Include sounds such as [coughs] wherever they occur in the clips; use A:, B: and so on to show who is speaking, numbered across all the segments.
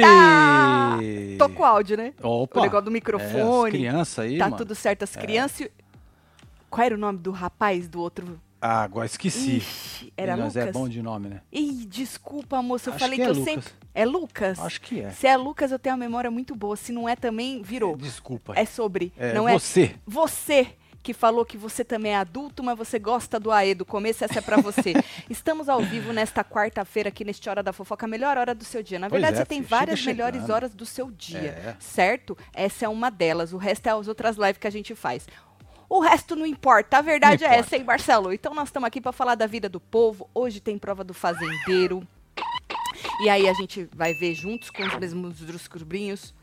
A: fi!
B: Tô com áudio, né?
A: Opa!
B: O negócio do
A: É, as
B: microfone.
A: crianças É. aí,
B: tá
A: mano.
B: tudo certo, as crianças. e- Qual era o nome do rapaz do outro?
A: Ah, agora esqueci.
B: Ixi, era
A: Nós
B: Lucas?
A: é bom de nome, né?
B: Ih, desculpa, moça, eu
A: Acho
B: falei
A: que
B: que,
A: é
B: eu
A: Lucas.
B: sempre. É Lucas?
A: Acho que é.
B: Se é Lucas, eu tenho uma memória muito boa. Se não é também, virou.
A: Desculpa.
B: É sobre.
A: É,
B: não é
A: você.
B: Você que falou que você também é adulto, mas você gosta do AE do começo, essa é pra
A: [laughs]
B: você. Estamos ao vivo nesta quarta-feira aqui neste Hora da Fofoca, a melhor hora do seu dia. Na
A: Pois
B: verdade,
A: é,
B: você tem
A: filho, chega
B: várias melhores
A: chegando.
B: horas do seu dia,
A: É.
B: certo? Essa é uma delas, o resto é as outras lives que a gente faz. O resto não importa, a verdade
A: Não
B: é
A: importa.
B: essa, hein, Marcelo? Então nós estamos aqui pra falar da vida do povo. Hoje tem prova do fazendeiro. E aí a gente vai ver juntos com os mesmos druscubrinhos.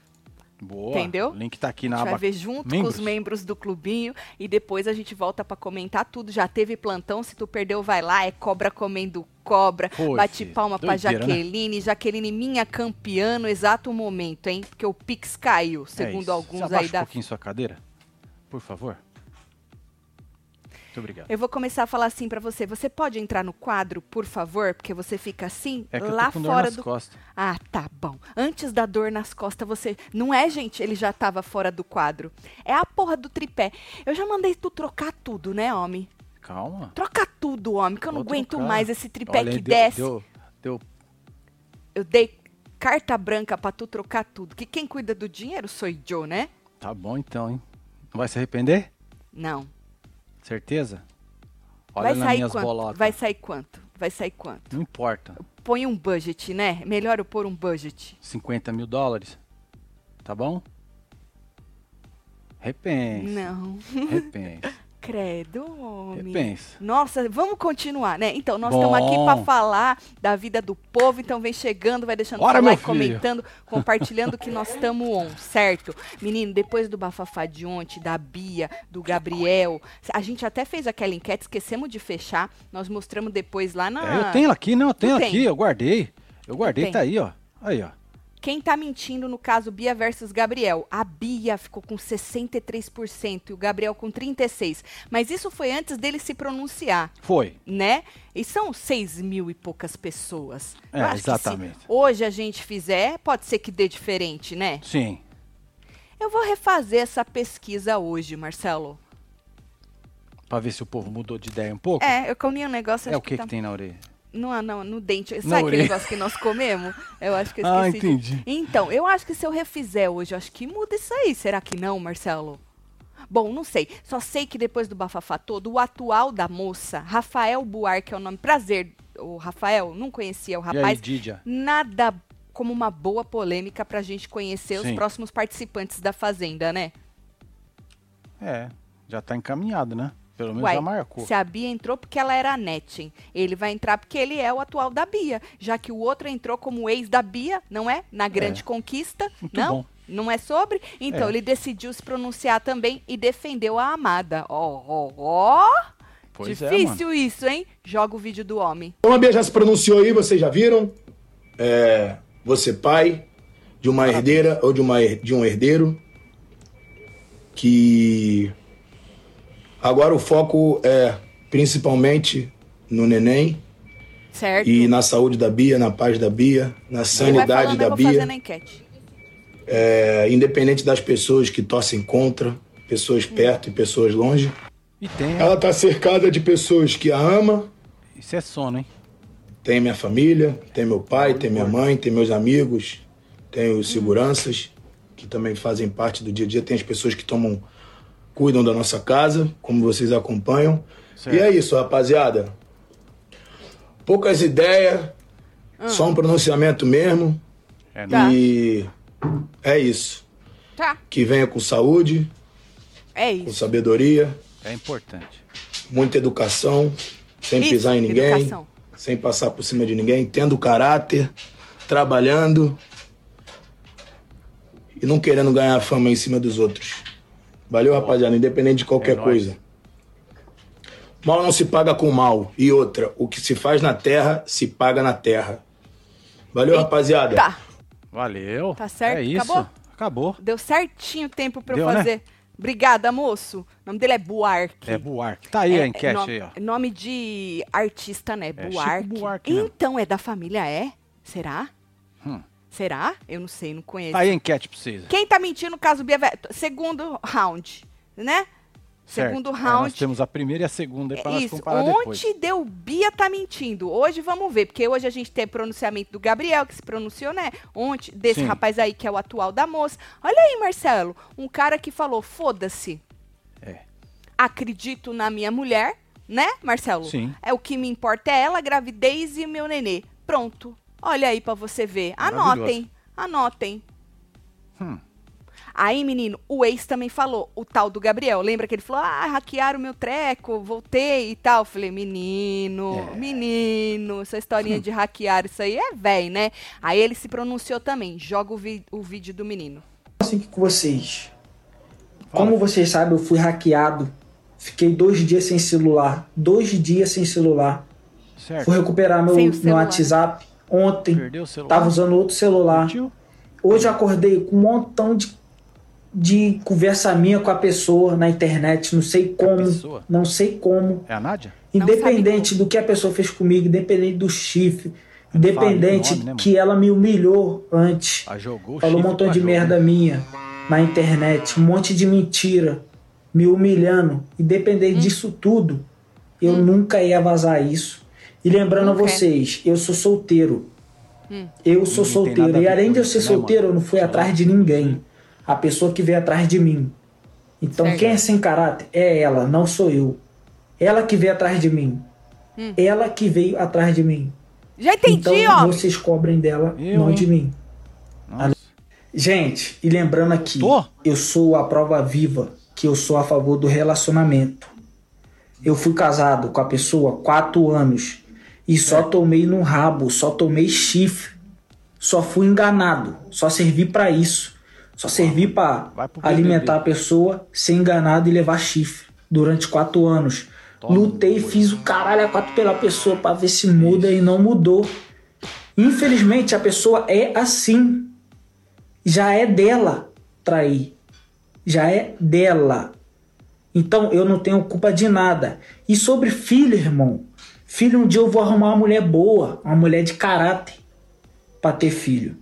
A: Boa.
B: Entendeu?
A: O link tá aqui
B: A
A: na
B: gente vai
A: aba.
B: ver junto com
A: membros.
B: os membros do clubinho e depois a gente volta pra comentar tudo. Já teve plantão, se tu perdeu, vai lá, é cobra comendo cobra.
A: Pô,
B: Bate
A: filho,
B: palma pra
A: doideira, né?
B: Jaqueline. Jaqueline, minha campeã no exato momento, hein? Porque o Pix caiu,
A: É
B: segundo
A: isso.
B: alguns aí
A: Você abaixa um
B: da.
A: pouquinho sua cadeira? Por favor. Muito obrigado.
B: Eu vou começar a falar assim pra você. Você pode entrar no quadro, por favor? Porque você fica assim
A: É que eu
B: lá
A: tô com dor
B: fora
A: nas
B: do
A: costas.
B: Ah, tá bom. Antes da dor nas costas, você. Não é, gente, ele já tava fora do quadro. É a porra do tripé. Eu já mandei tu trocar tudo, né, homem?
A: Calma.
B: Troca tudo, homem, que eu não
A: Vou
B: aguento
A: trocar.
B: mais esse tripé
A: Olha,
B: que
A: deu,
B: desce.
A: Deu, deu-
B: Eu dei carta branca pra tu trocar tudo. Que quem cuida do dinheiro sou eu, né?
A: Tá bom então, hein? Não vai se arrepender?
B: Não.
A: Certeza? Olha
B: Vai
A: nas
B: sair
A: minhas
B: quanto?
A: bolotas.
B: Vai sair quanto? Vai sair quanto?
A: Não importa.
B: Põe um budget, né? Melhor eu pôr um budget.
A: 50 mil dólares. Tá bom? Repense.
B: Não. [laughs]
A: Repense.
B: Credo, homem.
A: repense.
B: Nossa, vamos continuar, né? Então, nós
A: Bom.
B: estamos aqui para falar da vida do povo, então vem chegando, vai deixando
A: Ora,
B: seu
A: meu
B: like,
A: filho.
B: comentando,
A: [laughs]
B: compartilhando que nós estamos on, certo? Menino, depois do bafafá de ontem, da Bia, do Gabriel, a gente até fez aquela enquete, esquecemos de fechar, nós mostramos depois lá na...
A: É, eu tenho ela aqui, não, eu tenho
B: Tu
A: ela
B: Ah. tem.
A: aqui, eu guardei. Eu guardei,
B: tem.
A: tá aí, ó. Aí, ó.
B: Quem tá mentindo no caso Bia versus Gabriel? A Bia ficou com 63% e o Gabriel com 36%, mas isso foi antes dele se pronunciar.
A: Foi.
B: né? E são seis mil e poucas pessoas.
A: É,
B: Eu acho que se
A: exatamente.
B: hoje a gente fizer, pode ser que dê diferente, né?
A: Sim.
B: Eu vou refazer essa pesquisa hoje, Marcelo.
A: Pra ver se o povo mudou de ideia um pouco.
B: É, eu comi um negócio.
A: É
B: acho
A: o que,
B: tá-
A: que tem na orelha?
B: No, no, no dente. Sabe
A: Na
B: aquele
A: orelha.
B: negócio que nós comemos? Eu acho que eu
A: Ah,
B: esqueci. de-
A: entendi.
B: Então, eu acho que se eu refizer hoje, eu acho que muda isso aí. Será que não, Marcelo? Bom, não sei. Só sei que depois do bafafá todo, o atual da moça, Rafael Buarque é o nome. Prazer, o Rafael. Não conhecia o
A: E
B: rapaz.
A: aí, Didia?
B: nada como uma boa polêmica pra gente conhecer os
A: Sim.
B: próximos participantes da Fazenda, né?
A: É, já tá encaminhado, né? Pelo menos
B: Uai,
A: já marcou.
B: se a Bia entrou porque ela era a Netin, ele vai entrar porque ele é o atual da Bia, já que o outro entrou como ex da Bia, não é? Na grande conquista,
A: Muito
B: não?
A: bom.
B: Não é sobre? Então
A: É.
B: ele decidiu se pronunciar também e defendeu a amada. Ó, ó, ó.
A: Pois é,
B: Difícil isso, hein? Joga o vídeo do homem.
C: Então a Bia já se pronunciou aí, vocês já viram? É, você pai de uma herdeira ou de, uma, her- de um herdeiro que agora o foco é principalmente no neném
B: Certo?
C: e na saúde da Bia, na paz da Bia,
B: Ele
C: na
B: vai
C: sanidade
B: falando, eu
C: da
B: vou
C: Bia,
B: fazendo a enquete.
C: é, independente das pessoas que torcem contra, pessoas perto e pessoas longe.
A: E tem,
C: Ela tá cercada de pessoas que a ama,
A: isso é sono, hein?
C: Tem minha família, tem meu pai, tem minha mãe, tem meus amigos, tem os seguranças, que também fazem parte do dia a dia, tem as pessoas que tomam, cuidam da nossa casa, como vocês acompanham.
A: Certo.
C: E é isso, rapaziada. Poucas ideias, só um pronunciamento mesmo.
A: É,
B: Ah. Tá.
C: E é isso.
B: Tá,
C: Que venha com saúde,
B: é
C: com
B: isso.
C: sabedoria,
A: é importante.
C: muita educação, sem
B: Isso,
C: pisar em ninguém,
B: educação.
C: sem passar por cima de ninguém, tendo caráter, trabalhando e não querendo ganhar fama em cima dos outros. Valeu, rapaziada, independente de
A: É
C: qualquer
A: nóis.
C: coisa. Mal não se paga com mal. E outra, o que se faz na terra, se paga na terra. Valeu, rapaziada.
B: Tá.
A: Valeu.
B: Tá certo?
A: É isso.
B: Acabou?
A: Acabou.
B: Deu certinho o tempo pra eu
A: Deu, né?
B: fazer. Obrigada, moço. O nome dele é Buarque.
A: É Buarque. Tá aí
B: É,
A: a enquete
B: nome,
A: aí, ó.
B: Nome de artista, né?
A: É, Chico
B: Buarque.
A: Buarque mesmo.
B: então, é da família, é? Será?
A: Hum.
B: Será? Eu não sei, não conheço.
A: Aí a enquete precisa.
B: Quem tá mentindo no caso Bia Ve- Segundo round, né?
A: Certo.
B: Segundo
A: Aí
B: round.
A: nós temos a primeira e a segunda para nós
B: É Isso,
A: comparar depois.
B: onde deu Bia tá mentindo? Hoje vamos ver, porque hoje a gente tem pronunciamento do Gabriel, que se pronunciou, né? Ontem, desse
A: Sim.
B: rapaz aí que é o atual da moça. Olha aí, Marcelo, um cara que falou, foda-se,
A: É.
B: acredito na minha mulher, né, Marcelo?
A: Sim.
B: É o que me importa é ela, gravidez e meu nenê. Pronto. Olha aí pra você ver.
A: Maravilhoso.
B: Anotem. Anotem.
A: Hum.
B: Aí, menino, o ex também falou, o tal do Gabriel. Lembra que ele falou: "Ah, hackearam o meu treco, voltei e tal". Eu Falei: "Menino,
A: É. Hum.
B: menino, essa historinha de hackear isso aí é velho, né?". Aí ele se pronunciou também. Joga o, vi- o vídeo do menino.
D: assim que vocês.
A: Fala.
D: Como vocês sabem, eu fui hackeado. Fiquei dois dias sem celular. Dois dias sem celular.
A: Certo.
D: Fui recuperar meu,
B: Sem o
D: meu
B: celular.
D: WhatsApp ontem.
A: Perdeu o celular.
D: Tava usando outro celular.
A: Mentiu?
D: Hoje eu acordei com um montão de, de conversa minha com a pessoa na internet. Não sei como.
A: pessoa?
D: Não sei como.
A: É a Nádia?
B: Não
D: Independente do que a pessoa fez comigo, independente do chifre, independente
A: fala o nome, né, mano?
D: que ela me humilhou antes.
A: A Ah, jogou o
D: Falou um
A: chifre
D: montão
A: pra
D: de
A: jogo. né?
D: merda minha na internet, um monte de mentira, me humilhando.
B: Hum.
D: Independente disso tudo, eu nunca ia vazar isso. E lembrando
B: Nunca. Hum.
D: a vocês, eu sou solteiro. Eu sou
A: Não tem nada
D: solteiro.
A: a
D: E
A: ver
D: além
A: com
D: de eu
A: isso,
D: ser
A: né, mano?
D: solteiro, eu não fui
A: Só-
D: atrás de ninguém. A pessoa que veio atrás de mim. Então
B: Certo.
D: quem é sem caráter é ela, não sou eu. Ela que veio atrás de mim. Ela que veio atrás de mim.
B: Já Hum. entendi,
D: então
B: ó.
D: vocês cobrem dela,
A: Eu,
D: não
A: hein?
D: de mim.
A: Nossa.
D: Gente, e lembrando aqui,
A: Tô.
D: eu sou a prova viva que eu sou a favor do relacionamento. Eu fui casado com a pessoa há quatro anos e só tomei no rabo, só tomei chifre, só fui enganado, só servi pra isso, só servi pra
A: Vai pro BBB.
D: alimentar a pessoa, ser enganado e levar chifre durante quatro anos.
A: Toma, um
D: Lutei,
A: boi.
D: fiz o caralho a quatro pela pessoa pra ver se muda e não mudou. Infelizmente a pessoa é assim já é dela trair. Já é dela. Então eu não tenho culpa de nada. E sobre filho, irmão. Filho, um dia eu vou arrumar uma mulher boa, uma mulher de caráter, pra ter filho.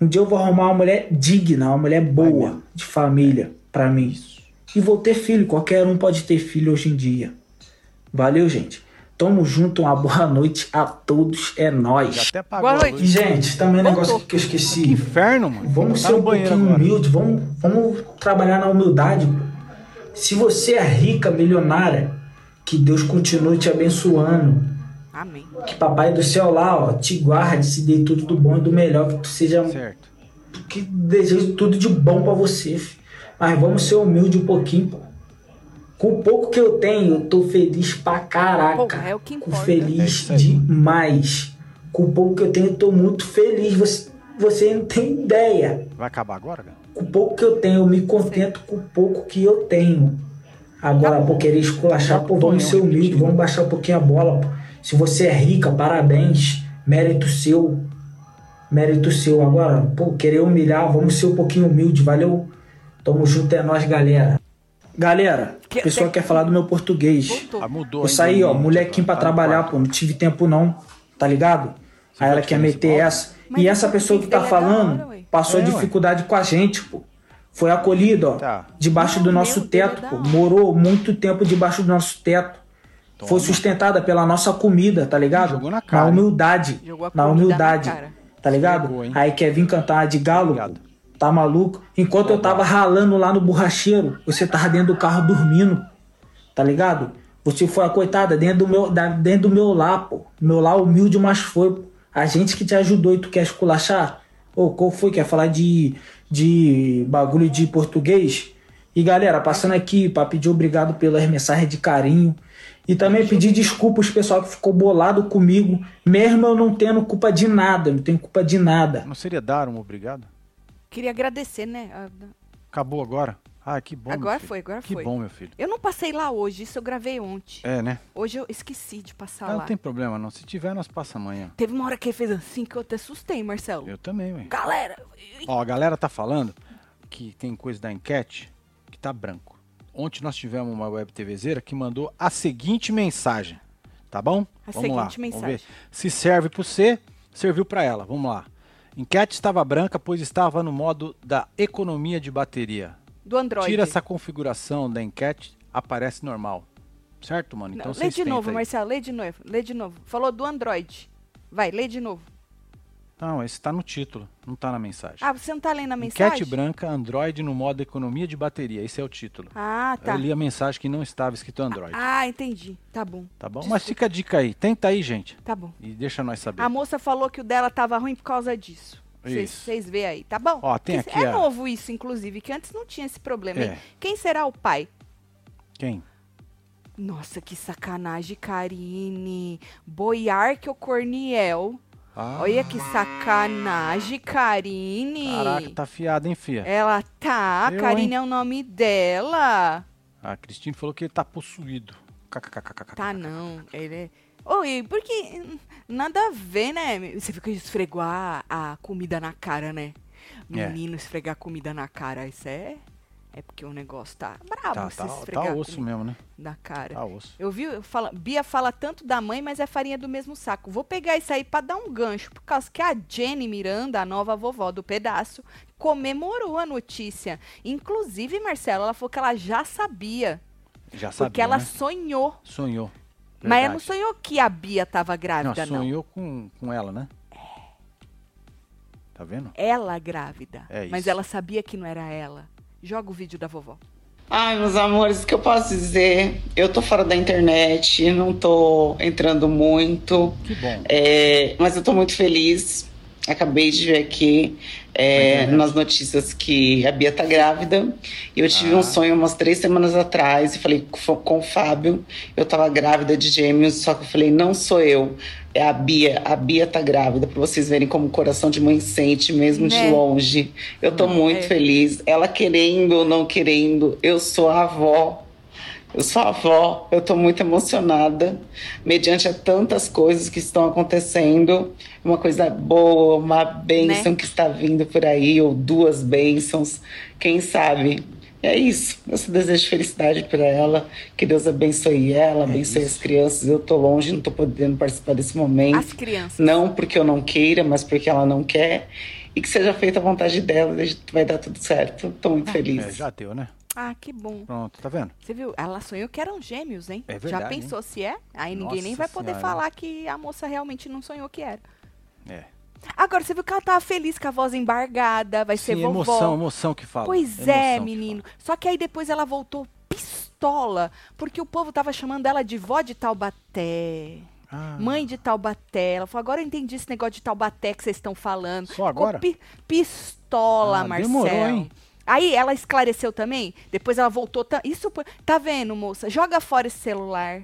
D: Um dia eu vou arrumar uma mulher digna, uma mulher boa, de família, pra mim. E vou ter filho, qualquer um pode ter filho hoje em dia. Valeu, gente. Tamo junto, uma boa [laughs] noite a todos,
A: Já
D: é nóis.
A: até apagou
B: Boa
A: a
B: noite.
A: luz.
D: E, gente, também um negócio
B: Voltou.
D: que eu esqueci.
A: Que inferno, mano.
D: Vamos
A: Tá
D: ser
A: no
D: um
A: banheiro
D: pouquinho
A: agora.
D: humildes, vamos, vamos trabalhar na humildade. Se você é rica, milionária, que Deus continue te abençoando.
B: Amém.
D: Que papai do céu lá, ó, te guarde, se dê tudo do bom e do melhor, que tu seja
A: Certo.
D: que desejo tudo de bom pra você. fi. Mas vamos ser humilde um pouquinho. pô. Com o pouco que eu tenho, eu tô feliz pra caraca.
B: Pô, é o que
D: Fico
B: importa.
A: É
D: feliz
A: isso aí.
D: demais. Com o pouco que eu tenho, eu tô muito feliz. Você, você não tem ideia.
A: Vai acabar agora, cara?
D: Com o pouco que eu tenho, eu me contento com o pouco que eu tenho. Agora, pô, querer esculachar, pô, vamos
B: né?
D: ser humildes, vamos baixar um pouquinho a bola, pô. Se você é rica, parabéns, mérito seu. Mérito seu. Agora, pô, querer humilhar, vamos ser um pouquinho humilde, valeu? Tamo junto, é nós, galera. Galera,
B: Que-
D: o pessoal quer falar do meu português.
B: Voltou.
A: Ah, mudou.
D: Eu
A: ainda
D: saí,
A: o
D: ó,
A: ambiente
D: molequinho pra
A: agora. Tá no
D: trabalhar,
A: quarto.
D: pô, não tive tempo não, tá ligado?
A: Você
D: Aí
A: viu
D: ela
A: a
D: quer
A: diferença
D: meter
A: de bola?
D: essa.
B: Mas
D: E
B: o
D: essa pessoa que tá
B: português dele é da hora, ué.
D: falando passou
A: É, ué.
D: dificuldade com a gente, pô. Foi acolhido, ó,
A: Tá.
D: debaixo do
B: Não,
D: nosso
B: meu, dele é
D: teto,
B: da
D: pô.
B: hora.
D: Morou muito tempo debaixo do nosso teto. Foi sustentada pela nossa comida, tá ligado?
A: Jogou na cara, hein?
D: humildade.
B: Jogou a comida
D: Na
B: na
D: humildade.
B: cara.
D: Tá ligado?
A: Pegou, hein?
D: Aí quer vir cantar de galo, pô.
A: Obrigado.
D: tá maluco? Enquanto eu tava ralando lá no borracheiro, você tava dentro do carro dormindo, tá ligado? Você foi a coitada dentro do meu, da- dentro do meu lá, pô. Meu lá humilde, mas foi. pô. A gente que te ajudou e tu quer esculachar? Ô, qual foi? Quer falar de, de bagulho de português? E galera, passando aqui pra pedir obrigado pelas mensagens de carinho. E também pedir desculpas, pessoal, que ficou bolado comigo, mesmo eu não tendo culpa de nada, não tenho culpa de nada.
A: Não seria dar um obrigado?
B: Queria agradecer, né? a-
A: Acabou agora? Ah, que bom. meu
B: Agora
A: filho.
B: foi, agora
A: que
B: foi.
A: bom, meu filho.
B: Eu não passei lá hoje, isso eu gravei ontem.
A: É, né?
B: Hoje eu esqueci de passar
A: Ah,
B: lá.
A: não tem problema, não. Se tiver, nós passa amanhã.
B: Teve uma hora que ele fez assim que eu até assustei, Marcelo.
A: Eu também, ué.
B: Galera,
A: Ó, a galera tá falando que tem coisa da enquete que tá branco. Ontem nós tivemos uma web TVzeira que mandou a seguinte mensagem, tá bom?
B: A
A: Vamos lá,
B: seguinte
A: Vamos ver
B: mensagem.
A: se serve pro C, serviu pra ela. Vamos lá. Enquete estava branca, pois estava no modo da economia de bateria.
B: Do Android.
A: Tira essa configuração da enquete, aparece normal. Certo, mano?
B: Não,
A: Então
B: lê
A: vocês
B: de
A: tentam
B: novo,
A: aí.
B: Marcelo, lê de novo, lê de novo. Falou do Android. Vai, lê de novo.
A: Não, esse tá no título, não tá na mensagem.
B: Ah, você não tá lendo a mensagem?
A: Enquete branca, Android no modo economia de bateria. Esse é o título.
B: Ah, tá.
A: Eu li a mensagem que não estava escrito Android.
B: Ah, entendi. Tá bom,
A: tá bom? Mas fica a dica aí. Tenta aí, gente.
B: tá bom.
A: E deixa nós saber.
B: A moça falou que o dela tava ruim por causa disso. Vocês-
A: Isso.
B: Vocês vê aí, tá bom?
A: Ó, tem
B: Porque
A: aqui
B: é
A: a-
B: novo isso, inclusive, que antes não tinha esse problema.
A: É.
B: hein? Quem será o pai?
A: Quem?
B: Nossa, que sacanagem, Karine. Boiarque ou Corniel?
A: Ah,
B: Olha que sacanagem, Karine.
A: Caraca, tá fiado, hein, fia?
B: Ela tá,
A: Eu,
B: Karine é o nome dela.
A: A Cristina falou que ele tá possuído. KKKKK.
B: Tá não, ele... Oi, porque nada a ver, né? Você fica esfregar a comida na cara, né?
A: É.
B: Menino, esfregar comida na cara, isso é... É porque o negócio tá brabo,
A: Tá,
B: se
A: tá,
B: esfregar
A: tá
B: a
A: osso
B: comida
A: mesmo, né?
B: na cara.
A: Tá osso.
B: Eu vi, eu fala- Bia fala tanto da mãe, mas é farinha do mesmo saco. Vou pegar isso aí pra dar um gancho, por causa que a Jenny Miranda, a nova vovó do pedaço, comemorou a notícia. Inclusive, Marcelo, ela falou que ela já sabia,
A: Já sabia,
B: porque ela
A: né?
B: sonhou.
A: Sonhou.
B: Mas ela não
A: Verdade.
B: sonhou que a Bia tava grávida,
A: Não,
B: não. É.
A: sonhou Com, com ela, né? Tá vendo?
B: Ela grávida.
A: É
B: Mas
A: isso.
B: ela sabia que não era ela. Joga o vídeo da vovó.
E: Ai, meus amores, o que eu posso dizer? Eu tô fora da internet, não tô entrando muito,
A: Que bom.
E: é, mas eu tô muito feliz. Acabei de ver aqui é, nas notícias que a Bia tá grávida. E eu tive
A: Ah.
E: um sonho umas três semanas atrás e falei co- com o Fábio. Eu tava grávida de gêmeos, só que eu falei, não sou eu, é a Bia. A Bia tá grávida, pra vocês verem como o coração de mãe sente, mesmo
B: Né?
E: de longe. Eu tô muito
B: é.
E: feliz. Ela querendo ou não querendo, eu sou a avó. Eu sou a avó, eu tô muito emocionada, mediante a tantas coisas que estão acontecendo. Uma coisa boa, uma bênção que está vindo por aí, ou duas bênçãos, quem sabe? É isso. Eu só desejo felicidade para ela. Que Deus abençoe
A: É
E: ela, abençoe as crianças. Eu tô longe, não tô podendo participar desse momento.
B: As crianças.
E: Não porque eu não queira, mas porque ela não quer. E que seja feita a vontade dela, vai dar tudo certo. Tô muito feliz.
A: É, já deu, né?
B: Ah, que bom.
A: Pronto, tá vendo?
B: Você viu? Ela sonhou que eram gêmeos, hein?
A: É
B: Já
A: verdade,
B: pensou se é? Aí ninguém nem
A: Nossa
B: vai poder
A: Senhora.
B: falar que a moça realmente não sonhou que era.
A: É.
B: Agora, você viu que ela tava feliz com a voz embargada, vai ser
A: Sim,
B: vovó.
A: emoção, emoção que fala.
B: Pois
A: Emoção que
B: é,
A: fala.
B: menino. Só que aí depois ela voltou pistola, porque o povo tava chamando ela de vó de Taubaté.
A: Ah,
B: Mãe de Taubaté. Ela falou, agora eu entendi esse negócio de Taubaté que vocês estão falando.
A: Só
B: Ficou
A: agora?
B: pi- pistola,
A: Ah,
B: Marcelo.
A: demorou, hein?
B: Aí ela esclareceu também, depois ela voltou. ta- Isso, po- tá vendo, moça? Joga fora esse celular.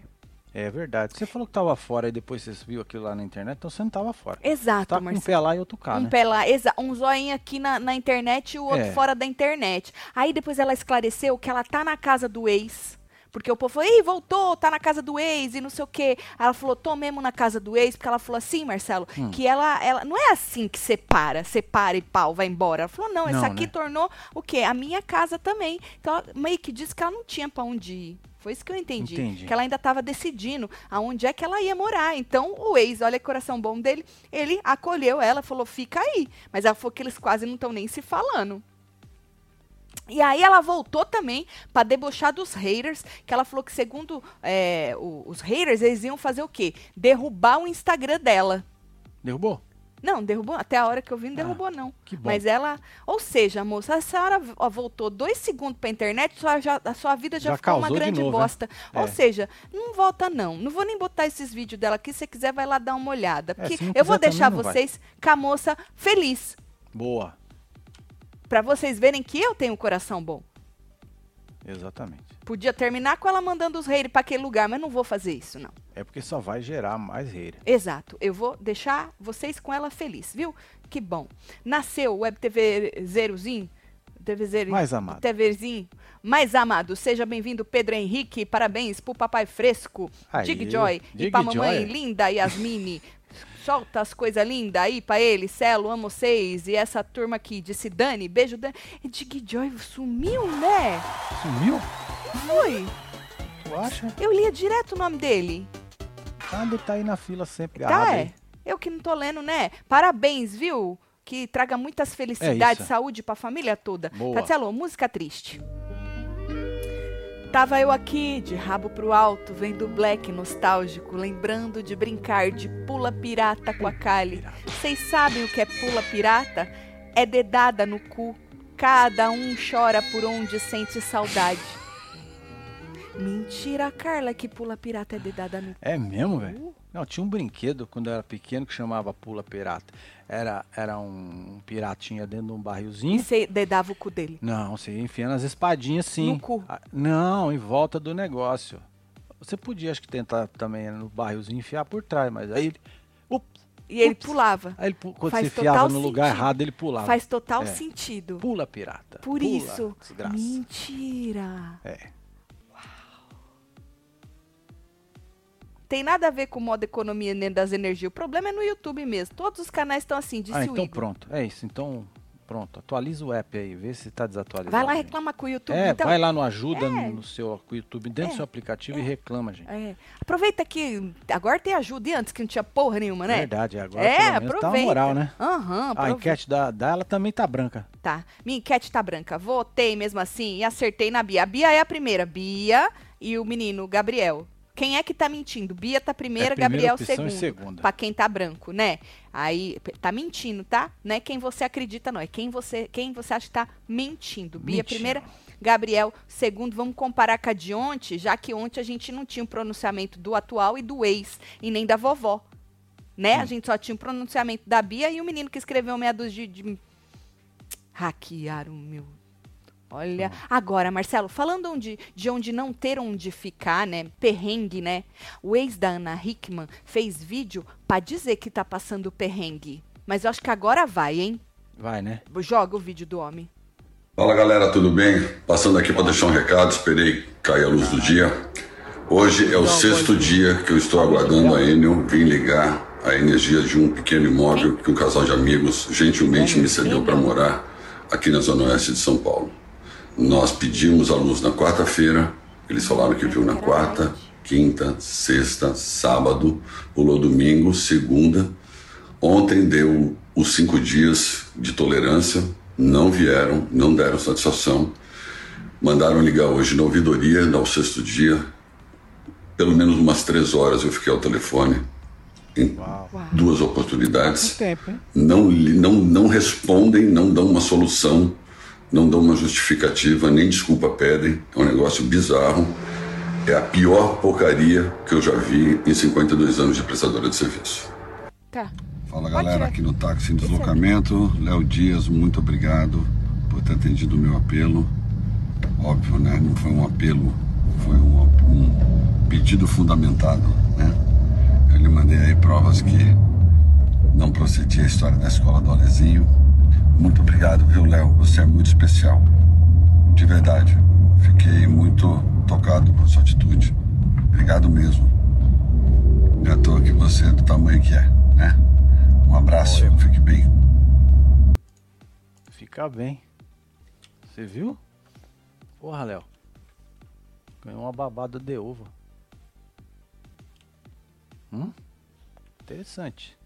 A: É verdade. Você falou que tava fora e depois você viu aquilo lá na internet, então você não tava fora.
B: Exato,
A: Tá com um
B: Marcelo.
A: pé lá e outro cá,
B: um
A: né?
B: pé lá, exa um zoinho aqui na, na internet e o outro
A: É.
B: fora da internet. Aí depois ela esclareceu que ela tá na casa do ex. Porque o povo falou, Ih, voltou, tá na casa do ex e não sei o quê. Ela falou, tô mesmo na casa do ex, porque ela falou assim, Marcelo,
A: Hum.
B: que ela, ela. Não é assim que separa, separa e pau, vai embora. Ela falou, não, essa
A: Não,
B: aqui
A: né?
B: tornou o quê? A minha casa também. Então ela meio que disse que ela não tinha pra onde ir. Foi isso que eu entendi.
A: Entendi.
B: Que ela ainda estava decidindo aonde é que ela ia morar. Então, o ex, olha que coração bom dele, ele acolheu ela, falou, fica aí. Mas ela falou que eles quase não estão nem se falando. E aí ela voltou também para debochar dos haters, que ela falou que segundo é, o- os haters, eles iam fazer o quê? Derrubar o Instagram dela.
A: Derrubou?
B: Não, derrubou, até a hora que eu vi não derrubou não.
A: Ah, que bom.
B: Mas ela, ou seja, moça, a senhora ó, voltou dois segundos pra internet, sua, já- a sua vida já,
A: Já
B: ficou uma
A: causou de
B: grande
A: novo, né?
B: bosta. Ou
A: É.
B: seja, não volta não. Não vou nem botar esses vídeos dela aqui, se você quiser vai lá dar uma olhada. Porque
A: É, se não
B: eu vou
A: quiser
B: deixar
A: também não vai.
B: vocês com a moça feliz,
A: Boa.
B: Pra vocês verem que eu tenho um coração bom.
A: Exatamente.
B: Podia terminar com ela mandando os haters pra aquele lugar, mas não vou fazer isso não.
A: É porque só vai gerar mais reira.
B: Exato. Eu vou deixar vocês com ela feliz, viu? Que bom. Nasceu o Web TV Zerozinho. TV Zero,
A: Mais amado.
B: TVzinho. Mais amado. Seja bem-vindo, Pedro Henrique. Parabéns pro papai fresco.
A: Aí,
B: Dig Joy. E
A: Dig
B: pra mamãe
A: Joy.
B: linda, Yasmine. Solta as coisas lindas aí pra ele. Celo, amo vocês. E essa turma aqui disse Dani. Beijo, Dani. E Dig Joy sumiu, né?
A: Sumiu?
B: Foi.
A: Tu acha?
B: Eu lia direto o nome dele.
A: Ah, deve tá aí na fila sempre.
B: Tá,
A: agarrado
B: é.
A: aí.
B: Eu que não tô lendo, né? Parabéns, viu? Que traga muitas
A: É
B: felicidades,
A: isso.
B: saúde pra família toda.
A: Boa.
B: Tatielo, música triste. Tava eu aqui, de rabo pro alto, vendo o black nostálgico, lembrando de brincar de pula pirata com a Kali. Vocês sabem o que é pula pirata? É dedada no cu. Cada um chora por onde sente saudade. Mentira, Carla, que pula pirata é dedada no cu.
A: É mesmo, velho? Não, tinha um brinquedo quando eu era pequeno que chamava Pula Pirata. Era, era um, um piratinha dentro de um
B: E
A: barrilzinho.
B: você dedava o cu dele.
A: Não, você ia enfiando as espadinhas sim.
B: No cu.
A: Ah, Não, em volta do negócio. Você podia, acho que, tentar também né, no barrilzinho enfiar por trás, mas aí. ele- Ups!
B: E ele
A: Ups.
B: pulava.
A: Aí ele, pu- quando
B: Faz
A: você enfiava
B: total
A: no lugar
B: sentido.
A: errado, ele pulava.
B: Faz total
A: É.
B: sentido.
A: Pula, pirata.
B: Por
A: Pula,
B: isso.
A: Desgraça.
B: Mentira.
A: É.
B: Tem nada a ver com moda economia nem das energias. O problema é no YouTube mesmo. Todos os canais estão assim, disse
A: Ah,
B: o
A: então
B: Igor.
A: pronto. É isso. Então, pronto. Atualiza o app aí, vê se tá desatualizado.
B: Vai lá
A: gente.
B: reclama com o YouTube.
A: É,
B: então,
A: vai lá no ajuda
B: É.
A: no seu YouTube, dentro do seu aplicativo e reclama, gente.
B: É. Aproveita que agora tem ajuda e antes que não tinha porra nenhuma, né?
A: Verdade, agora
B: É,
A: pelo menos tá uma
B: aproveita.
A: moral, né?
B: Aham,
A: a
B: aproveita.
A: enquete da, da ela também tá branca.
B: Tá. Minha enquete tá branca. Votei mesmo assim e acertei na Bia. A Bia é a primeira. Bia e o menino, Gabriel. Quem é que tá mentindo? Bia tá primeira,
A: É a primeira
B: Gabriel
A: opção
B: segundo.
A: e segunda.
B: Pra quem tá branco, né? Aí p- tá mentindo, tá? Não é quem você acredita, não. É quem você, quem você acha que tá mentindo. Bia
A: Mentira.
B: primeira, Gabriel segundo. Vamos comparar com a de ontem, já que ontem a gente não tinha um pronunciamento do atual e do ex, e nem da vovó. Né? A gente só tinha um pronunciamento da Bia e o menino que escreveu meia dúzia de, de hackearam o meu. Olha, agora, Marcelo, falando onde, de onde não ter onde ficar, né? Perrengue, né? O ex da Ana Hickman fez vídeo pra dizer que tá passando perrengue. Mas eu acho que agora vai, hein?
A: Vai, né?
B: Joga o vídeo do homem.
F: Fala galera, tudo bem? Passando aqui para deixar um recado, esperei cair a luz do dia. Hoje é o sexto dia que eu estou aguardando a Enel vir ligar a energia de um pequeno imóvel que um casal de amigos gentilmente me cedeu para morar aqui na Zona Oeste de São Paulo. Nós pedimos a luz na quarta-feira, eles falaram que viu na quarta, quinta, sexta, sábado, pulou domingo, segunda. Ontem deu os cinco dias de tolerância, não vieram, não deram satisfação. Mandaram ligar hoje na ouvidoria, no sexto dia. Pelo menos umas três horas eu fiquei ao telefone. Em duas oportunidades.
A: Tempo, hein?
F: Não, li- não, não respondem, não dão uma solução, não dão uma justificativa, nem desculpa pedem. É um negócio bizarro. É a pior porcaria que eu já vi em 52 anos de prestadora de serviço.
B: Tá.
F: Fala
B: Pode Tá
F: galera,
B: tirar.
F: aqui no Táxi em Deslocamento, Léo Dias, muito obrigado por ter atendido o meu apelo. Óbvio, né? Não foi um apelo, foi um, um pedido fundamentado, né? Eu lhe mandei aí provas que não procedia a história da escola do Alezinho. Muito obrigado, viu, Léo? Você é muito especial. De verdade. Fiquei muito tocado com a sua atitude. Obrigado mesmo. Não é à toa que você é do tamanho que é, né? Um abraço, fique bem.
A: Fica bem. Você viu? Porra, Léo. Ganhou uma babada de ovo. Hum? Interessante.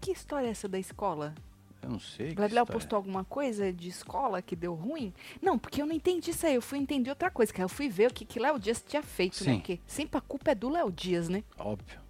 B: Que história é essa da escola?
A: Eu não sei. que
B: Gabriel
A: história é.
B: postou alguma coisa de escola que deu ruim? Não, porque eu não entendi isso aí. Eu fui entender outra coisa, que aí eu fui ver o que, que Léo Dias tinha feito, né?
A: Sim.
B: Porque sempre a culpa é do Léo Dias, né?
A: Óbvio.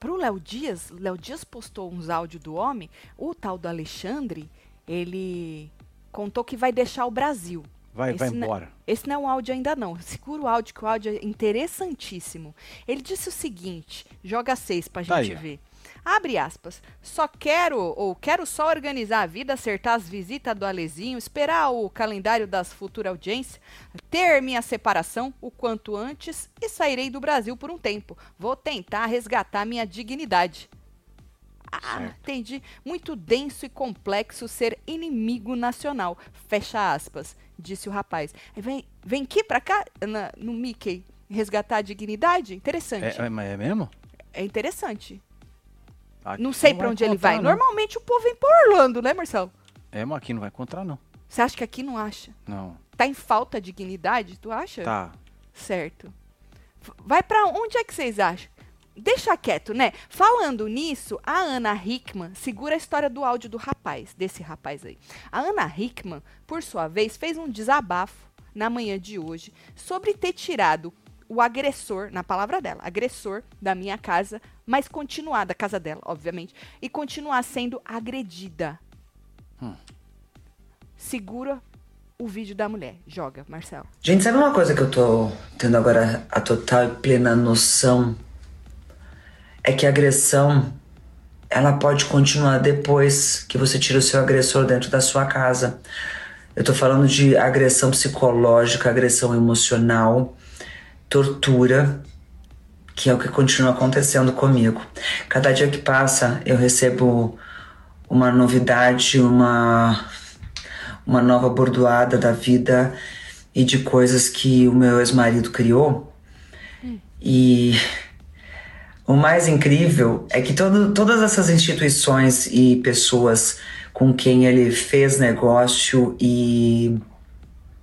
B: Pro Léo Dias, Léo Dias postou uns áudios do homem, o tal do Alexandre, ele contou que vai deixar o Brasil.
A: Vai, vai
B: Esse na-
A: embora.
B: Esse não é um áudio ainda não, segura o áudio que o áudio é interessantíssimo. Ele disse o seguinte, joga seis pra
A: Tá
B: gente
A: aí, ó.
B: ver. Abre aspas. Só quero, ou quero só organizar a vida, acertar as visitas do Alezinho, esperar o calendário das futuras audiências, ter minha separação o quanto antes e sairei do Brasil por um tempo. Vou tentar resgatar minha dignidade. Ah,
A: Certo.
B: entendi. Muito denso e complexo ser inimigo nacional. Fecha aspas, disse o rapaz. Aí Vem, vem aqui pra cá, na- no Mickey, resgatar a dignidade? Interessante.
A: É, é, mas é mesmo?
B: é interessante.
A: Aqui
B: Não sei pra onde ele
A: encontrar,
B: vai.
A: não.
B: Normalmente o povo vem pra Orlando, né, Marcelo?
A: É, mas aqui não vai encontrar, não.
B: Você acha que aqui não acha?
A: Não.
B: Tá em falta de dignidade, tu acha?
A: Tá.
B: Certo. F- Vai pra onde é que vocês acham? deixa quieto, né? Falando nisso, a Ana Hickman segura a história do áudio do rapaz, desse rapaz aí. A Ana Hickman, por sua vez, fez um desabafo na manhã de hoje sobre ter tirado o agressor, na palavra dela, agressor da minha casa, mas continuar da casa dela, obviamente, e continuar sendo agredida.
A: Hum.
B: Segura o vídeo da mulher. Joga, Marcelo.
G: Gente, sabe uma coisa que eu tô tendo agora a total e plena noção? É que a agressão ela pode continuar depois que você tira o seu agressor dentro da sua casa. Eu tô falando de agressão psicológica, agressão emocional, tortura, que é o que continua acontecendo comigo. Cada dia que passa, eu recebo uma novidade, uma uma nova bordoada da vida e de coisas que o meu ex-marido criou. E o mais incrível é que todo, todas essas instituições e pessoas com quem ele fez negócio e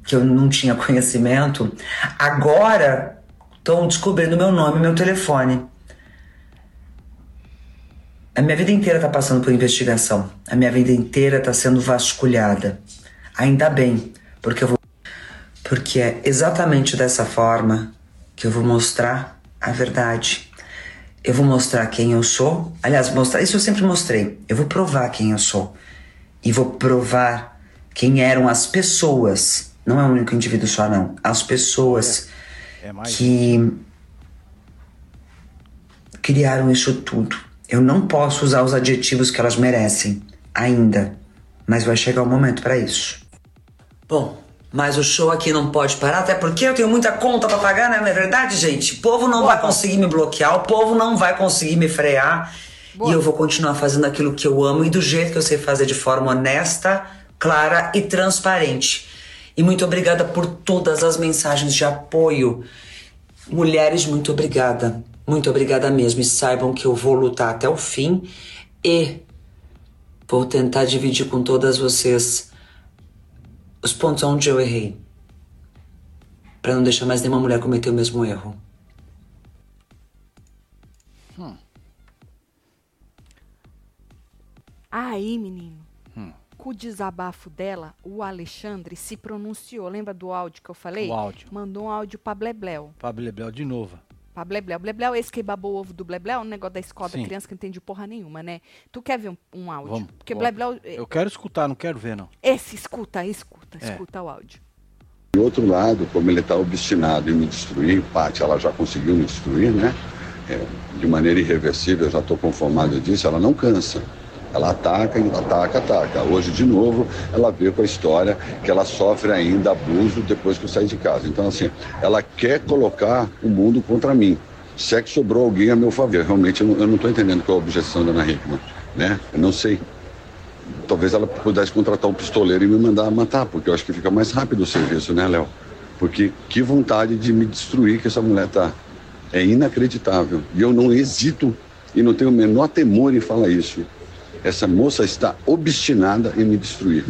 G: que eu não tinha conhecimento, agora estão descobrindo meu nome e meu telefone. A minha vida inteira está passando por investigação. A minha vida inteira está sendo vasculhada. Ainda bem, porque eu vou. Porque é exatamente dessa forma que eu vou mostrar a verdade. Eu vou mostrar quem eu sou. Aliás, mostrar isso eu sempre mostrei. Eu vou provar quem eu sou. E vou provar quem eram as pessoas. Não é um único indivíduo só, não. As pessoas
A: É mais.
G: que criaram isso tudo. Eu não posso usar os adjetivos que elas merecem ainda, mas vai chegar o momento para isso. Bom, mas o show aqui não pode parar, até porque eu tenho muita conta para pagar, né? Não é verdade, gente? O povo não vai conseguir me bloquear, o povo não vai conseguir me frear.
B: Boa.
G: E eu vou continuar fazendo aquilo que eu amo e do jeito que eu sei fazer de forma honesta, clara e transparente. E muito obrigada por todas as mensagens de apoio. Mulheres, muito obrigada. Muito obrigada mesmo. E saibam que eu vou lutar até o fim e vou tentar dividir com todas vocês os pontos onde eu errei. Pra não deixar mais nenhuma mulher cometer o mesmo erro.
B: Aí, menino.
A: Hum.
B: Com o desabafo dela, o Alexandre se pronunciou. Lembra do áudio que eu falei?
A: O áudio.
B: Mandou um áudio pra Blebleu.
A: Pablo Lebel de novo.
B: Pra Blebleu. Blebleu é esse que babou o ovo do Blebleu, um negócio da escola da
A: Sim.
B: criança que não entende porra nenhuma, né? Tu quer ver um, um áudio?
A: Vamos,
B: Porque
A: vamos.
B: Blebleu. é-
A: Eu quero escutar, não quero ver, não.
B: Esse, escuta, escuta,
A: É.
B: escuta o áudio.
F: Do outro lado, como ele está obstinado em me destruir, Paty, ela já conseguiu me destruir, né? É, de maneira irreversível, eu já estou conformado disso, ela não cansa. Ela ataca, ataca, ataca. Hoje, de novo, ela veio com a história que ela sofre ainda abuso depois que eu saí de casa. Então, assim, ela quer colocar o mundo contra mim. Se é que sobrou alguém a meu favor. Realmente, eu não- eu não estou entendendo qual é a objeção da Ana Hickman, né? Eu não sei talvez ela pudesse contratar um pistoleiro e me mandar matar, porque eu acho que fica mais rápido o serviço, né, Léo? Porque que vontade de me destruir que essa mulher tá. É inacreditável. E eu não hesito e não tenho o menor temor em falar isso. Essa moça está obstinada em me destruir.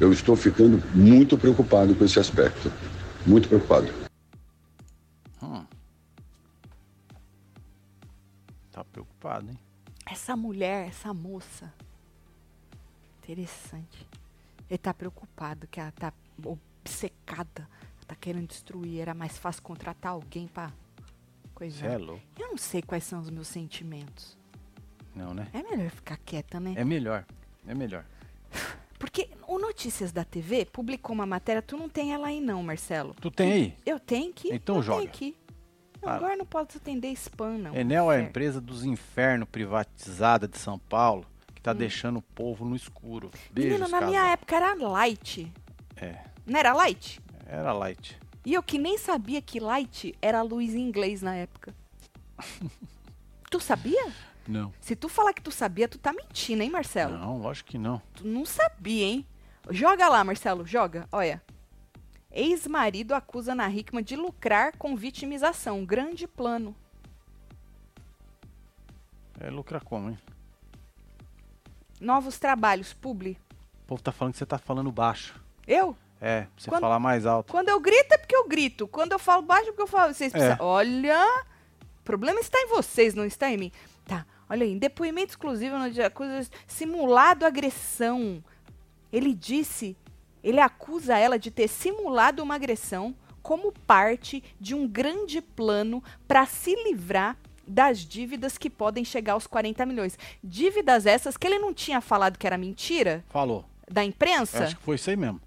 F: Eu estou ficando muito preocupado com esse aspecto. Muito preocupado.
A: Tá preocupado, hein?
B: Essa mulher, essa moça. Interessante. Ele tá preocupado, que ela tá obcecada. Tá querendo destruir. Era mais fácil contratar alguém pra.
A: Você
B: Coisa. né?
A: é louco.
B: Eu não sei quais são os meus sentimentos.
A: Não, né?
B: É melhor ficar quieta, né?
A: É melhor. É melhor.
B: Porque o Notícias da TV publicou uma matéria, tu não tem ela aí não, Marcelo.
A: Tu tem aí?
B: Eu tenho que.
A: Então
B: eu
A: joga.
B: Tenho que. Não,
A: Fala.
B: agora não posso atender spam, não.
A: Enel é a
B: Inferno.
A: empresa dos infernos privatizada de São Paulo que tá deixando o povo no escuro. Beijos,
B: Menino, Hum. na minha
A: casal.
B: época era light.
A: É.
B: Não era light?
A: Era light.
B: E eu que nem sabia que light era luz em inglês na
A: [laughs]
B: época. tu sabia?
A: Não.
B: Se tu falar que tu sabia, tu tá mentindo, hein, Marcelo?
A: Não, lógico que não.
B: Tu não sabia, hein? Joga lá, Marcelo, joga. Olha. Ex-marido acusa Ana Hickman de lucrar com vitimização. Grande plano.
A: É lucrar como, hein?
B: Novos trabalhos, publi.
A: O povo tá falando que você tá falando baixo.
B: Eu?
A: É, pra você
B: Quando-
A: falar mais alto.
B: Quando eu grito é porque eu grito. Quando eu falo baixo é porque eu falo. Vocês precisam. Olha! problema está em vocês, não está em mim. Tá, olha aí, em depoimento exclusivo no Jacuzzi, simulado agressão. Ele disse, ele acusa ela de ter simulado uma agressão como parte de um grande plano para se livrar das dívidas que podem chegar aos 40 milhões. Dívidas essas que ele não tinha falado que era mentira
A: Falou.
B: da
A: Eu
B: imprensa?
A: acho que foi isso aí mesmo.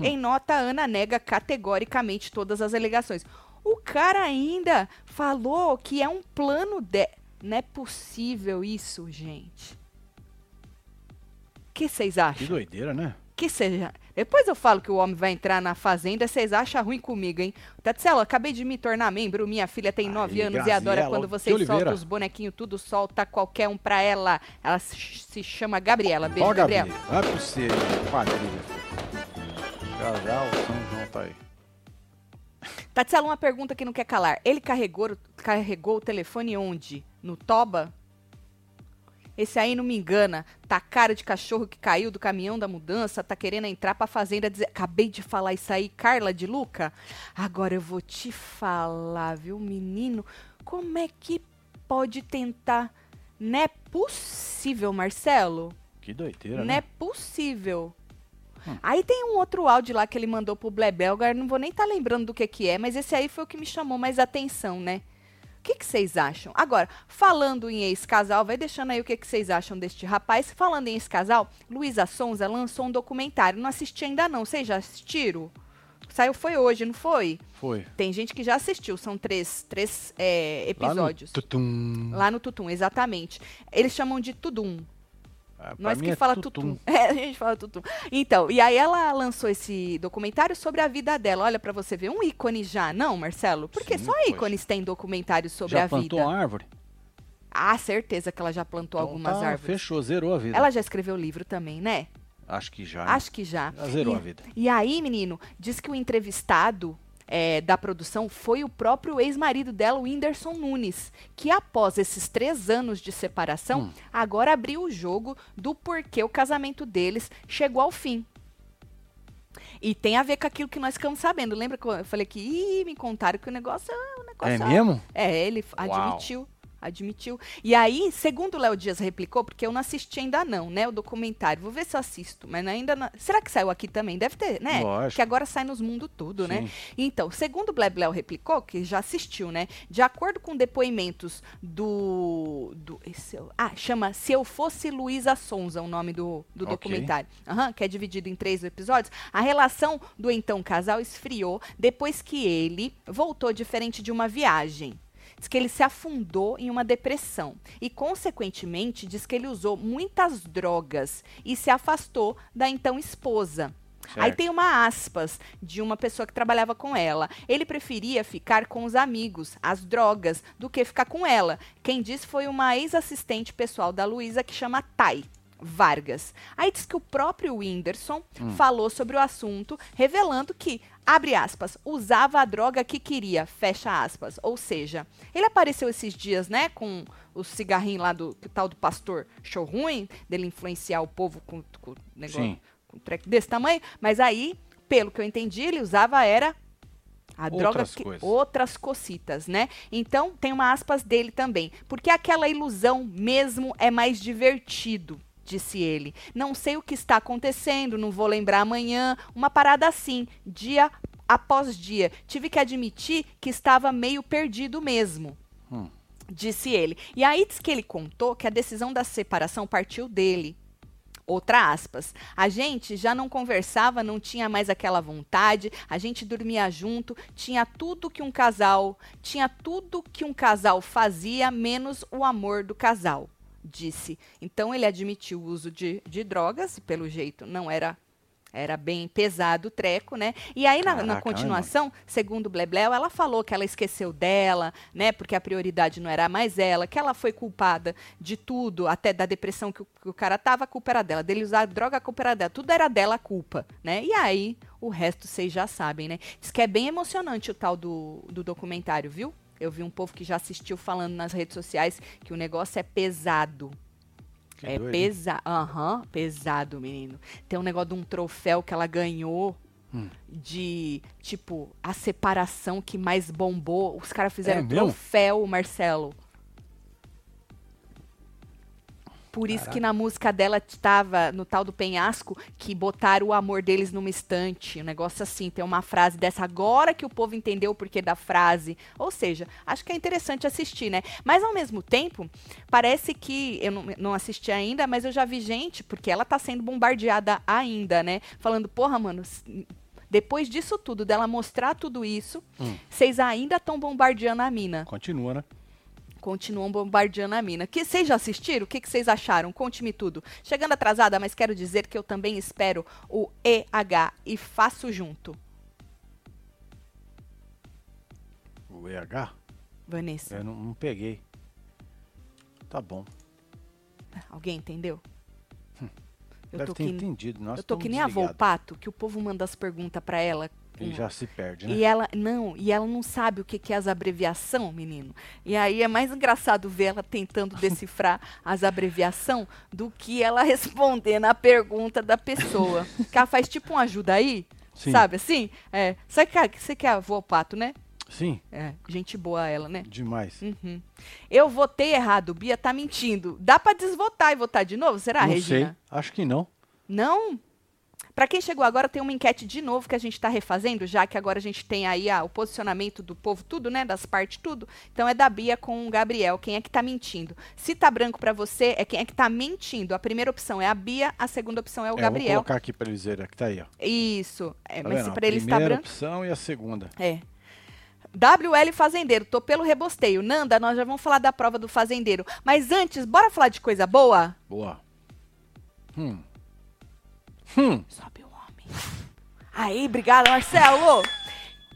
A: Hum.
B: Em nota, a Ana nega categoricamente todas as alegações. O cara ainda falou que é um plano de. Não é possível isso, gente. O que vocês
A: Que
B: acham?
A: doideira, né?
B: Que seja. Depois eu falo que o homem vai entrar na fazenda, vocês acham ruim comigo, hein? Tatielo, acabei de me tornar membro. Minha filha tem 9 anos
A: Graziella,
B: e adora quando
A: de
B: vocês
A: Oliveira.
B: soltam os bonequinhos, tudo solta qualquer um pra ela. Ela se se chama Gabriela. Beijo,
A: Ó,
B: Gabriela.
A: Gabriel. Vai pro ser quadrilha. Já já o São João tá aí.
B: Tatiana, uma pergunta que não quer calar. Ele carregou, carregou o telefone onde? No Toba? Esse aí não me engana. Tá cara de cachorro que caiu do caminhão da mudança, tá querendo entrar pra fazenda dizer. Acabei de falar isso aí, Carla de Luca. Agora eu vou te falar, viu, menino? Como é que pode tentar? Não é possível, Marcelo?
A: Que doideira,
B: Não
A: né? Hum.
B: é possível. Aí tem um outro áudio lá que ele mandou pro Blebel, agora não vou nem estar lembrando do que que é, mas esse aí foi o que me chamou mais atenção, né? O que que vocês acham? Agora, falando em ex-casal, vai deixando aí o que que vocês acham deste rapaz. Falando em ex-casal, Luísa Sonza lançou um documentário, não assisti ainda não, vocês já assistiram? Saiu foi hoje, não foi?
A: Foi.
B: Tem gente que já assistiu, são três, três é,
A: Lá no
B: episódios.
A: Tutum.
B: Lá no Tutum, exatamente. Eles chamam de Tudum,
A: Ah, pra
B: nós
A: mim
B: que
A: é
B: fala
A: tutum.
B: tutum. [laughs] É, a gente fala tutum. Então, e aí ela lançou esse documentário sobre a vida dela. Olha pra você ver, um ícone já, não, Marcelo? Porque
A: Sim,
B: só
A: pois.
B: ícones têm documentários sobre
A: já
B: a
A: plantou
B: vida.
A: uma árvore?
B: Ah, certeza que ela já plantou
A: Então
B: algumas
A: tá,
B: árvores.
A: Fechou, zerou a vida.
B: Ela já escreveu livro também, né?
A: Acho que já. né?
B: Acho que já.
A: Já zerou
B: e,
A: a vida.
B: E aí, menino, diz que o entrevistado é, da produção foi o próprio ex-marido dela, o Whindersson Nunes, que após esses três anos de separação,
A: Hum.
B: agora abriu o jogo do porquê o casamento deles chegou ao fim. E tem a ver com aquilo que nós ficamos sabendo. Lembra que eu falei que "Ih, me contaram que o negócio é um negócio.
A: É mesmo?
B: É, ele
A: Uau.
B: admitiu. Admitiu. E aí, segundo o Léo Dias replicou, porque eu não assisti ainda não, né, o documentário. Vou ver se eu assisto, mas ainda não... Será que saiu aqui também? Deve ter, né?
A: Lógico.
B: Que agora sai nos mundos tudo, né?
A: Sim.
B: Então, segundo o Bleb Léo replicou, que já assistiu, né? De acordo com depoimentos do... do esse é o- ah, chama Se Eu Fosse Luísa Sonza, o nome do, do
A: Ok.
B: documentário documentário, aham, que é dividido em três episódios, a relação do então casal esfriou depois que ele voltou diferente de uma viagem. Diz que ele se afundou em uma depressão e, consequentemente, diz que ele usou muitas drogas e se afastou da então esposa. Aí
A: Certo.
B: tem uma aspas de uma pessoa que trabalhava com ela. Ele preferia ficar com os amigos, as drogas, do que ficar com ela. Quem diz foi uma ex-assistente pessoal da Luísa que chama Thay. Vargas. Aí diz que o próprio Whindersson
A: Hum.
B: falou sobre o assunto, revelando que, abre aspas, usava a droga que queria, fecha aspas. Ou seja, ele apareceu esses dias, né, com o cigarrinho lá do que tal do pastor show ruim, dele influenciar o povo com, com o negócio
A: Sim.
B: um treco desse tamanho, mas aí, pelo que eu entendi, ele usava era a droga
A: Outras
B: que,
A: coisas.
B: outras cocitas, né? Então, tem uma aspas dele também, porque aquela ilusão mesmo é mais divertido. Disse ele. Não sei o que está acontecendo, não vou lembrar amanhã. Uma parada assim, dia após dia. Tive que admitir que estava meio perdido mesmo
A: Hum.
B: disse ele. E aí diz que ele contou que a decisão da separação partiu dele. Outra aspas. A gente já não conversava, não tinha mais aquela vontade, a gente dormia junto, tinha tudo que um casal, tinha tudo que um casal fazia, menos o amor do casal, disse. Então ele admitiu o uso de, de drogas, e pelo jeito não era era bem pesado o treco, né? E aí, na, na
A: Caraca,
B: continuação, segundo o Blebleu, ela falou que ela esqueceu dela, né? Porque a prioridade não era mais ela, que ela foi culpada de tudo, até da depressão que o, que o cara tava, a culpa era dela. Dele usar droga, a culpa era dela. Tudo era dela a culpa, né? E aí, o resto vocês já sabem, né? Diz que é bem emocionante o tal do, do documentário, viu? Eu vi um povo que já assistiu falando nas redes sociais que o negócio é pesado.
A: Que
B: é
A: doido, hein?
B: pesado. Aham, pesado, menino. Tem um negócio de um troféu que ela ganhou.
A: Hum.
B: de, tipo, a separação que mais bombou. Os caras fizeram
A: É mesmo?
B: troféu, Marcelo. Por isso que na música dela tava no tal do penhasco que botaram o amor deles numa estante. Um negócio assim, tem uma frase dessa agora que o povo entendeu o porquê da frase. Ou seja, acho que é interessante assistir, né? Mas ao mesmo tempo, parece que. Eu não, não assisti ainda, mas eu já vi gente, porque ela tá sendo bombardeada ainda, né? Falando, porra, mano, s- depois disso tudo, dela mostrar tudo isso, vocês ainda estão bombardeando a mina
A: Continua, né?
B: continuam bombardeando a mina. Que vocês já assistiram? O que que vocês acharam? Conte-me tudo. Chegando atrasada, mas quero dizer que eu também espero o EH e faço junto.
A: O EH?
B: Vanessa,
A: Eu não, não peguei. Tá bom.
B: alguém entendeu? Eu
A: É. Hum. Deve
B: tô
A: ter
B: que,
A: entendido. Nós
B: eu tô que nem a
A: desligados.
B: avô Pato, que o povo manda as perguntas pra ela.
A: E
B: com-
A: já se perde, né?
B: E ela não, e ela não sabe o que, que é as abreviação, menino. E aí é mais engraçado ver ela tentando
A: [laughs]
B: decifrar as abreviação do que ela [laughs] respondendo a pergunta da pessoa. que ela faz tipo um ajuda aí,
A: Sim.
B: sabe assim? É, sabe que a- que você quer a avó pato, né?
A: Sim,
B: É, gente boa ela, né?
A: demais.
B: Uhum. Eu votei errado, Bia tá mentindo. Dá pra desvotar e votar de novo? Será,
A: não
B: Regina?
A: sei. Acho que não.
B: Não? Pra quem chegou agora, tem uma enquete de novo que a gente tá refazendo, já que agora a gente tem aí ah, o posicionamento do povo, tudo, né? Das partes, tudo. Então é da Bia com o Gabriel. Quem é que tá mentindo? Se tá branco pra você, é quem é que tá mentindo. A primeira opção é a Bia, a segunda opção é o
A: É, eu vou
B: Gabriel.
A: colocar aqui pra eles verem. Aqui tá aí, ó.
B: Isso. É,
A: Tá
B: mas
A: vendo?
B: se
A: A
B: pra ele está
A: primeira
B: branco.
A: opção e a segunda.
B: É. WL Fazendeiro, tô pelo rebosteio. Nanda, nós já vamos falar da prova do fazendeiro. Mas antes, bora falar de coisa boa?
A: Boa. Hum. Hum.
B: Sobe o homem. Aí, obrigada, Marcelo!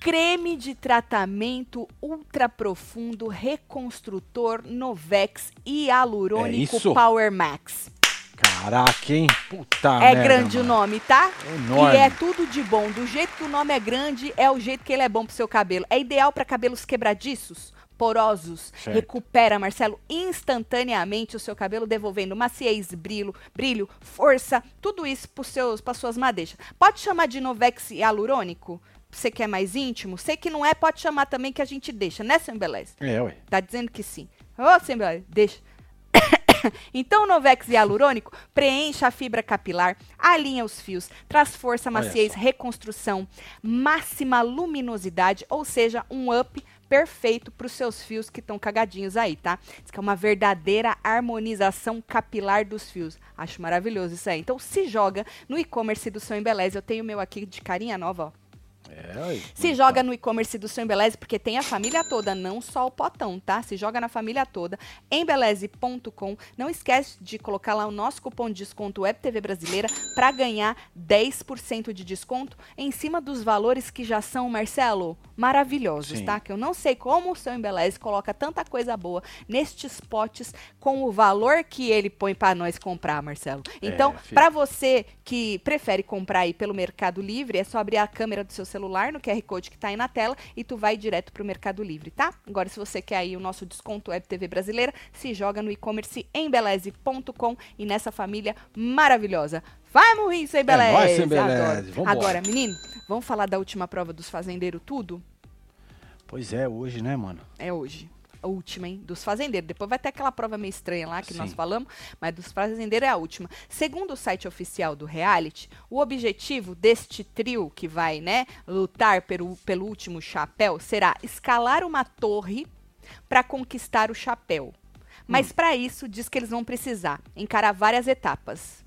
B: Creme de tratamento ultra profundo reconstrutor Novex hialurônico
A: É isso?
B: Power Max.
A: Caraca, hein? Puta
B: é
A: merda,
B: grande o
A: mano.
B: nome, tá?
A: Enorme.
B: E é tudo de bom. Do jeito que o nome é grande, é o jeito que ele é bom pro seu cabelo. É ideal pra cabelos quebradiços, porosos.
A: Certo.
B: Recupera, Marcelo, instantaneamente o seu cabelo, devolvendo maciez, brilho, brilho, força, tudo isso pros seus, pras suas madeixas. Pode chamar de Novex hialurônico? Você que é mais íntimo? Você que não é, pode chamar também que a gente deixa, né, seu Beleza?
A: É, ué.
B: Tá dizendo que sim. Ô, Simbora, deixa. [coughs] então, o Novex hialurônico preenche a fibra capilar, alinha os fios, traz força,
A: Olha
B: maciez,
A: só.
B: reconstrução, máxima luminosidade, ou seja, um up perfeito para os seus fios que estão cagadinhos aí, tá? Diz que é uma verdadeira harmonização capilar dos fios. Acho maravilhoso isso aí. Então, se joga no e-commerce do seu Embeleze. Eu tenho o meu aqui de carinha nova, ó.
A: É, ué.
B: Se joga no e-commerce do seu Embeleze, porque tem a família toda, não só o potão, tá? Se joga na família toda, embeleze.com. Não esquece de colocar lá o nosso cupom de desconto WebTV Brasileira pra ganhar 10% de desconto em cima dos valores que já são, Marcelo, maravilhosos,
A: Sim.
B: tá? Que eu não sei como o seu Embeleze coloca tanta coisa boa nestes potes com o valor que ele põe pra nós comprar, Marcelo. Então,
A: filho.
B: pra você que prefere comprar aí pelo Mercado Livre, é só abrir a câmera do seu celular no QR Code que tá aí na tela e tu vai direto pro Mercado Livre, tá? Agora, se você quer aí o nosso desconto Web TV Brasileira, se joga no e-commerce em embeleze.com e nessa família maravilhosa. Vai, Murrinho, sem Beleze!
A: É nóis, Sem Beleze,
B: Adoro.
A: vambora.
B: Agora, menino, vamos falar da última prova dos fazendeiros tudo?
A: Pois é, hoje, né, mano?
B: É hoje. A última, hein? Dos fazendeiros. Depois vai ter aquela prova meio estranha lá que nós
A: Sim.
B: falamos, mas dos fazendeiros é a última. Segundo o site oficial do reality, o objetivo deste trio que vai, né, lutar pelo, pelo último chapéu será escalar uma torre para conquistar o chapéu. Mas pra para isso, diz que eles vão precisar encarar várias etapas.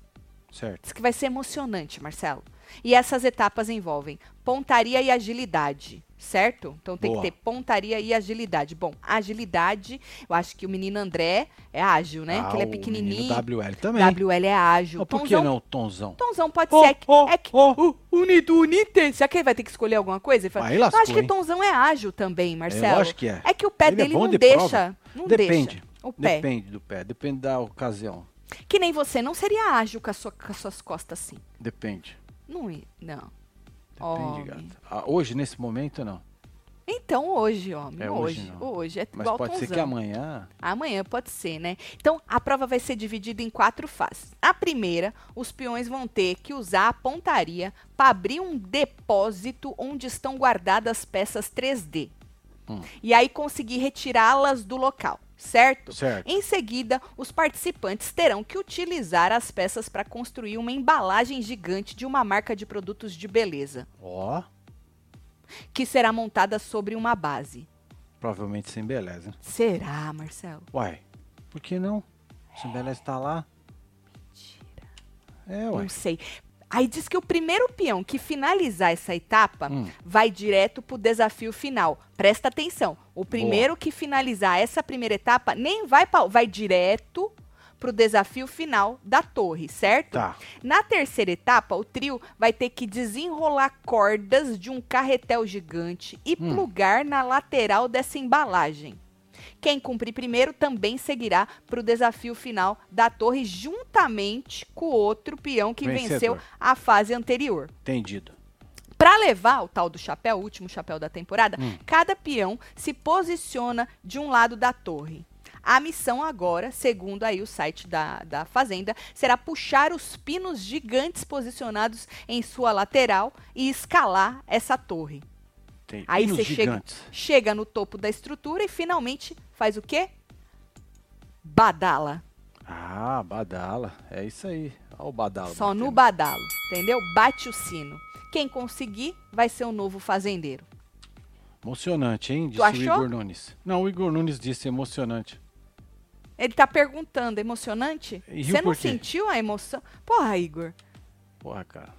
A: Certo.
B: Diz que vai ser emocionante, Marcelo. E essas etapas envolvem pontaria e agilidade, certo? Então tem
A: Boa.
B: que ter pontaria e agilidade. Bom, agilidade, eu acho que o menino André é ágil, né?
A: Ah,
B: que ele é
A: o
B: pequenininho.
A: menino WL também.
B: WL é ágil.
A: Mas por que
B: Tonzão-
A: não, Tonzão?
B: Tonzão pode
A: Oh,
B: ser. É que,
A: oh,
B: é que
A: oh.
B: o Unido, Unite. Será que ele vai ter que escolher alguma coisa? Ele fala,
A: Aí
B: eu
A: lascou,
B: acho que
A: hein?
B: Tonzão é ágil também, Marcelo.
A: lógico que é.
B: É que o pé
A: Ele é
B: dele
A: bom
B: não
A: de
B: deixa.
A: prova.
B: Não
A: Depende.
B: deixa. O pé.
A: Depende do pé, depende da ocasião.
B: Que nem você, não seria ágil com, a sua- com as suas costas assim.
A: Depende.
B: Não, ia- não.
A: Depende,
B: Homem.
A: gata. Ah, hoje, nesse momento, não.
B: então hoje, homem.
A: É hoje,
B: hoje.
A: não.
B: Hoje. É
A: Mas
B: igual
A: pode ser
B: tonzão.
A: que amanhã.
B: Amanhã pode ser, né? Então, a prova vai ser dividida em quatro fases. A primeira, os peões vão ter que usar a pontaria para abrir um depósito onde estão guardadas peças 3D.
A: Hum.
B: E aí conseguir retirá-las do local, certo?
A: Certo.
B: Em seguida, os participantes terão que utilizar as peças para construir uma embalagem gigante de uma marca de produtos de beleza,
A: Ó,
B: que será montada sobre uma base.
A: provavelmente sem beleza. hein?
B: Será, Marcelo?
A: Uai, por que não? Se beleza tá lá. É, uai.
B: Não sei. Aí diz que o primeiro peão que finalizar essa etapa
A: Hum.
B: vai direto pro desafio final. Presta atenção. O primeiro que finalizar essa primeira etapa nem vai pra, vai direto pro desafio final da torre, certo?
A: Tá.
B: Na terceira etapa, o trio vai ter que desenrolar cordas de um carretel gigante e
A: Hum.
B: plugar na lateral dessa embalagem. Quem cumprir primeiro também seguirá para o desafio final da torre, juntamente com o outro peão que
A: Vencedor.
B: venceu a fase anterior.
A: Entendido.
B: Para levar o tal do chapéu, o último chapéu da temporada,
A: Hum.
B: cada peão se posiciona de um lado da torre. A missão agora, segundo aí o site da, da Fazenda, será puxar os pinos gigantes posicionados em sua lateral e escalar essa torre.
A: Tem
B: Aí
A: pinos
B: você chega,
A: gigantes.
B: chega no topo da estrutura e finalmente faz o quê? Badala.
A: Ah, badala. É isso aí. Olha o badala.
B: Só no
A: batendo.
B: badalo, entendeu? Bate o sino. Quem conseguir vai ser o novo fazendeiro.
A: Emocionante, hein? Disse o
B: achou?
A: Igor Nunes. Não, o Igor Nunes disse emocionante.
B: Ele tá perguntando, emocionante?
A: E
B: Você
A: o
B: não
A: porquê?
B: sentiu a emoção? Porra, Igor.
A: Porra, cara.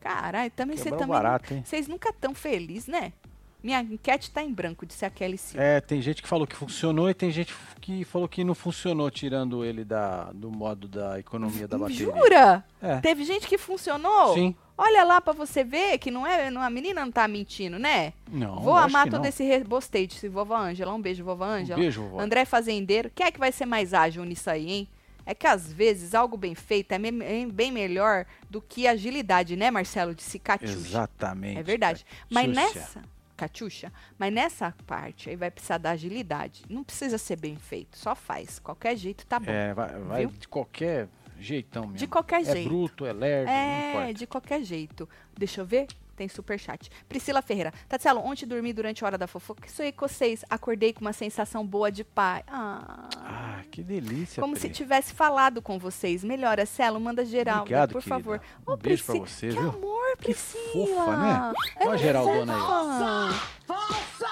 B: Caralho, também você
A: Quebrou
B: também.
A: barato, hein?
B: Vocês nunca tão felizes, né? Minha enquete tá em branco, disse a Kelly Silva.
A: É, tem gente que falou que funcionou e tem gente que falou que não funcionou, tirando ele da, do modo da economia da bateria.
B: Jura?
A: É.
B: Teve gente que funcionou?
A: Sim.
B: Olha lá pra você ver que não é, não, a menina não tá mentindo, né?
A: Não,
B: Vou
A: lógico
B: amar
A: que
B: todo
A: não.
B: esse rebostei, disse vovó Ângela. Um beijo, vovó
A: Um
B: Ângela.
A: beijo, vovó.
B: André Fazendeiro, quem é que vai ser mais ágil nisso aí, hein? É que às vezes algo bem feito é me- é bem melhor do que agilidade, né, Marcelo? De se
A: Exatamente.
B: É verdade. Mas
A: Xuxa.
B: nessa, Catiuxa, mas nessa parte aí vai precisar da agilidade. Não precisa ser bem feito, só faz. Qualquer jeito tá bom.
A: É, vai, vai
B: Viu?
A: de qualquer jeitão mesmo.
B: De qualquer
A: é
B: jeito.
A: bruto, é lerdo, não
B: É,
A: importa.
B: de qualquer jeito. Deixa eu ver. Tem superchat. Priscila Ferreira. Tatielo, ontem dormi durante a hora da fofoca. Sonhei com vocês. Acordei com uma sensação boa de paz. Ah,
A: Ah, que delícia,
B: como
A: Pri.
B: se tivesse falado com vocês. Melhora, Celo, manda geral, né,
A: Obrigado,
B: por
A: querida.
B: favor.
A: Um
B: Ô,
A: beijo pra
B: Prisci-
A: você,
B: que
A: viu?
B: amor,
A: Que
B: Priscila.
A: fofa, né? Olha
B: Ela
A: a
B: é
A: Geraldona aí. ó.
B: fofa.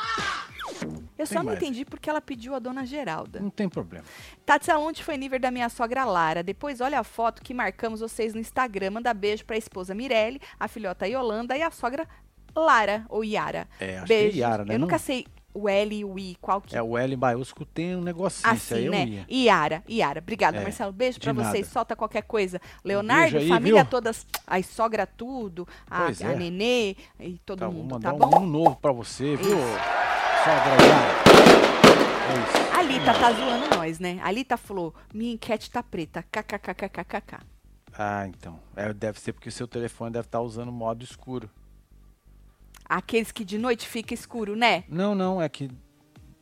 B: Eu
A: Tem
B: só não
A: mais.
B: entendi porque ela pediu a dona Geralda.
A: Não tem problema.
B: Tati Salonte foi nível da minha sogra Lara. Depois olha a foto que marcamos vocês no Instagram. Manda beijo pra esposa Mirelle, a filhota Yolanda e a sogra Lara, ou Yara.
A: É, acho
B: Beijos.
A: que é Yara, né?
B: Eu
A: não?
B: nunca sei o L e o I, qual que
A: É o L em maiúsculo tem um negocinho, isso
B: Assim,
A: aí eu
B: né?
A: ia.
B: Iara, Iara. Obrigada,
A: É,
B: Marcelo. Beijo
A: de
B: pra vocês.
A: nada. Um
B: Solta qualquer coisa. Leonardo,
A: beijo aí,
B: família
A: viu?
B: todas, a sogra tudo, a,
A: Pois
B: a
A: é.
B: Nenê e todo
A: Tá, vou
B: mundo,
A: mandar
B: tá
A: um,
B: bom?
A: um novo pra você, viu?
B: Isso.
A: Sogra Yara. É isso.
B: Ali tá, tá zoando nós, né? Ali tá falou, minha enquete tá preta. KKKKKKK.
A: Ah, então. É, deve ser porque o seu telefone deve estar usando modo escuro.
B: Aqueles que de noite fica escuro, né?
A: Não, não, é que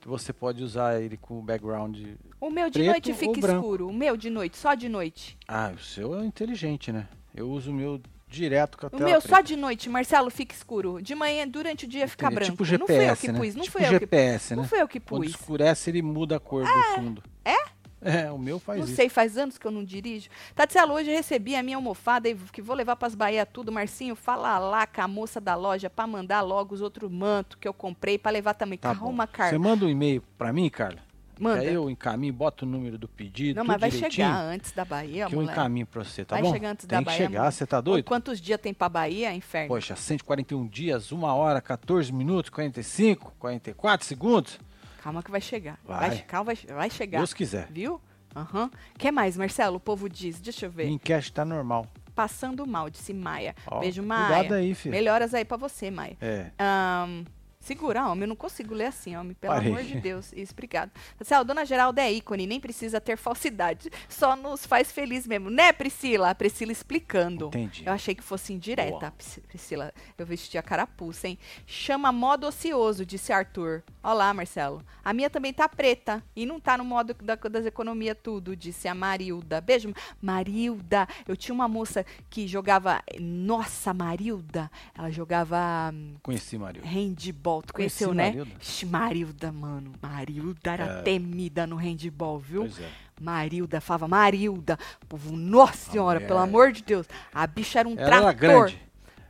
A: você pode usar ele com o background.
B: O meu de
A: Preto
B: noite
A: ou
B: fica
A: branco?
B: escuro. O meu de noite, só de noite.
A: Ah, o seu é inteligente, né? Eu uso o meu direto com a
B: O
A: tela
B: meu
A: preta.
B: só de noite, Marcelo, fica escuro. De manhã, durante o dia, fica
A: Entendi.
B: branco.
A: Tipo
B: não foi eu
A: GPS,
B: que
A: né?
B: pus, não
A: tipo
B: foi eu que
A: GPS, né?
B: Não foi eu que
A: Quando
B: pus.
A: escurece, ele muda a cor do fundo. É? É, o meu faz
B: Não
A: isso.
B: sei, faz anos que eu não dirijo. Tatielo, hoje recebi a minha almofada e que vou levar pras Bahia tudo. Marcinho, fala lá com a moça da loja pra mandar logo os outros mantos que eu comprei pra levar também.
A: Tá bom.
B: Arruma, Carla.
A: Você manda um e-mail pra mim, Carla?
B: Manda.
A: Que aí eu encaminho, boto o número do pedido,
B: Não,
A: tudo
B: mas vai
A: direitinho,
B: chegar antes da Bahia,
A: que eu
B: moleque.
A: encaminho pra você, tá
B: vai
A: bom?
B: chegar antes
A: Tem
B: da
A: que
B: Bahia.
A: chegar,
B: moleque.
A: você tá
B: Ou
A: doido?
B: Quantos dias tem pra Bahia, inferno?
A: Poxa, 141 dias, 1 hora, 14 minutos, 45, 44 segundos,
B: Calma que vai chegar.
A: Vai.
B: Vai, che- calma, vai, vai chegar.
A: Deus quiser.
B: Viu? Aham. que mais, Marcelo? O povo diz. Deixa eu ver.
A: Minha enquete tá normal.
B: Passando mal, disse Maia.
A: Ó,
B: Beijo, Maia.
A: cuidado aí, filho.
B: Melhoras aí pra você, Maia.
A: É,
B: Ahn, Segura, homem, eu não consigo ler assim, homem, pelo
A: Parei.
B: amor de Deus. Isso, obrigado. Assim, ó, Dona Geralda é ícone, nem precisa ter falsidade, só nos faz feliz mesmo. Né, Priscila? A Priscila explicando.
A: Entendi.
B: Eu achei que fosse indireta,
A: Boa.
B: Pris- Priscila. Eu vesti a carapuça, hein? Chama modo ocioso, disse Arthur. Olá, Marcelo. A minha também tá preta e não tá no modo da, das economia tudo, disse a Marilda. Beijo, Marilda. Eu tinha uma moça que jogava... Nossa, Marilda. Ela jogava... hum,
A: Conheci Mario.
B: Handball, tu
A: Conheci
B: conheceu, né?
A: Marilda. É.
B: Ixi, Marilda, mano. Marilda era temida no handball, viu?
A: Pois é.
B: Marilda, falava Marilda. O Povo, nossa senhora,
A: mulher-
B: pelo amor de Deus. A bicha era um
A: Ah, é. Ela
B: trator.
A: era grande.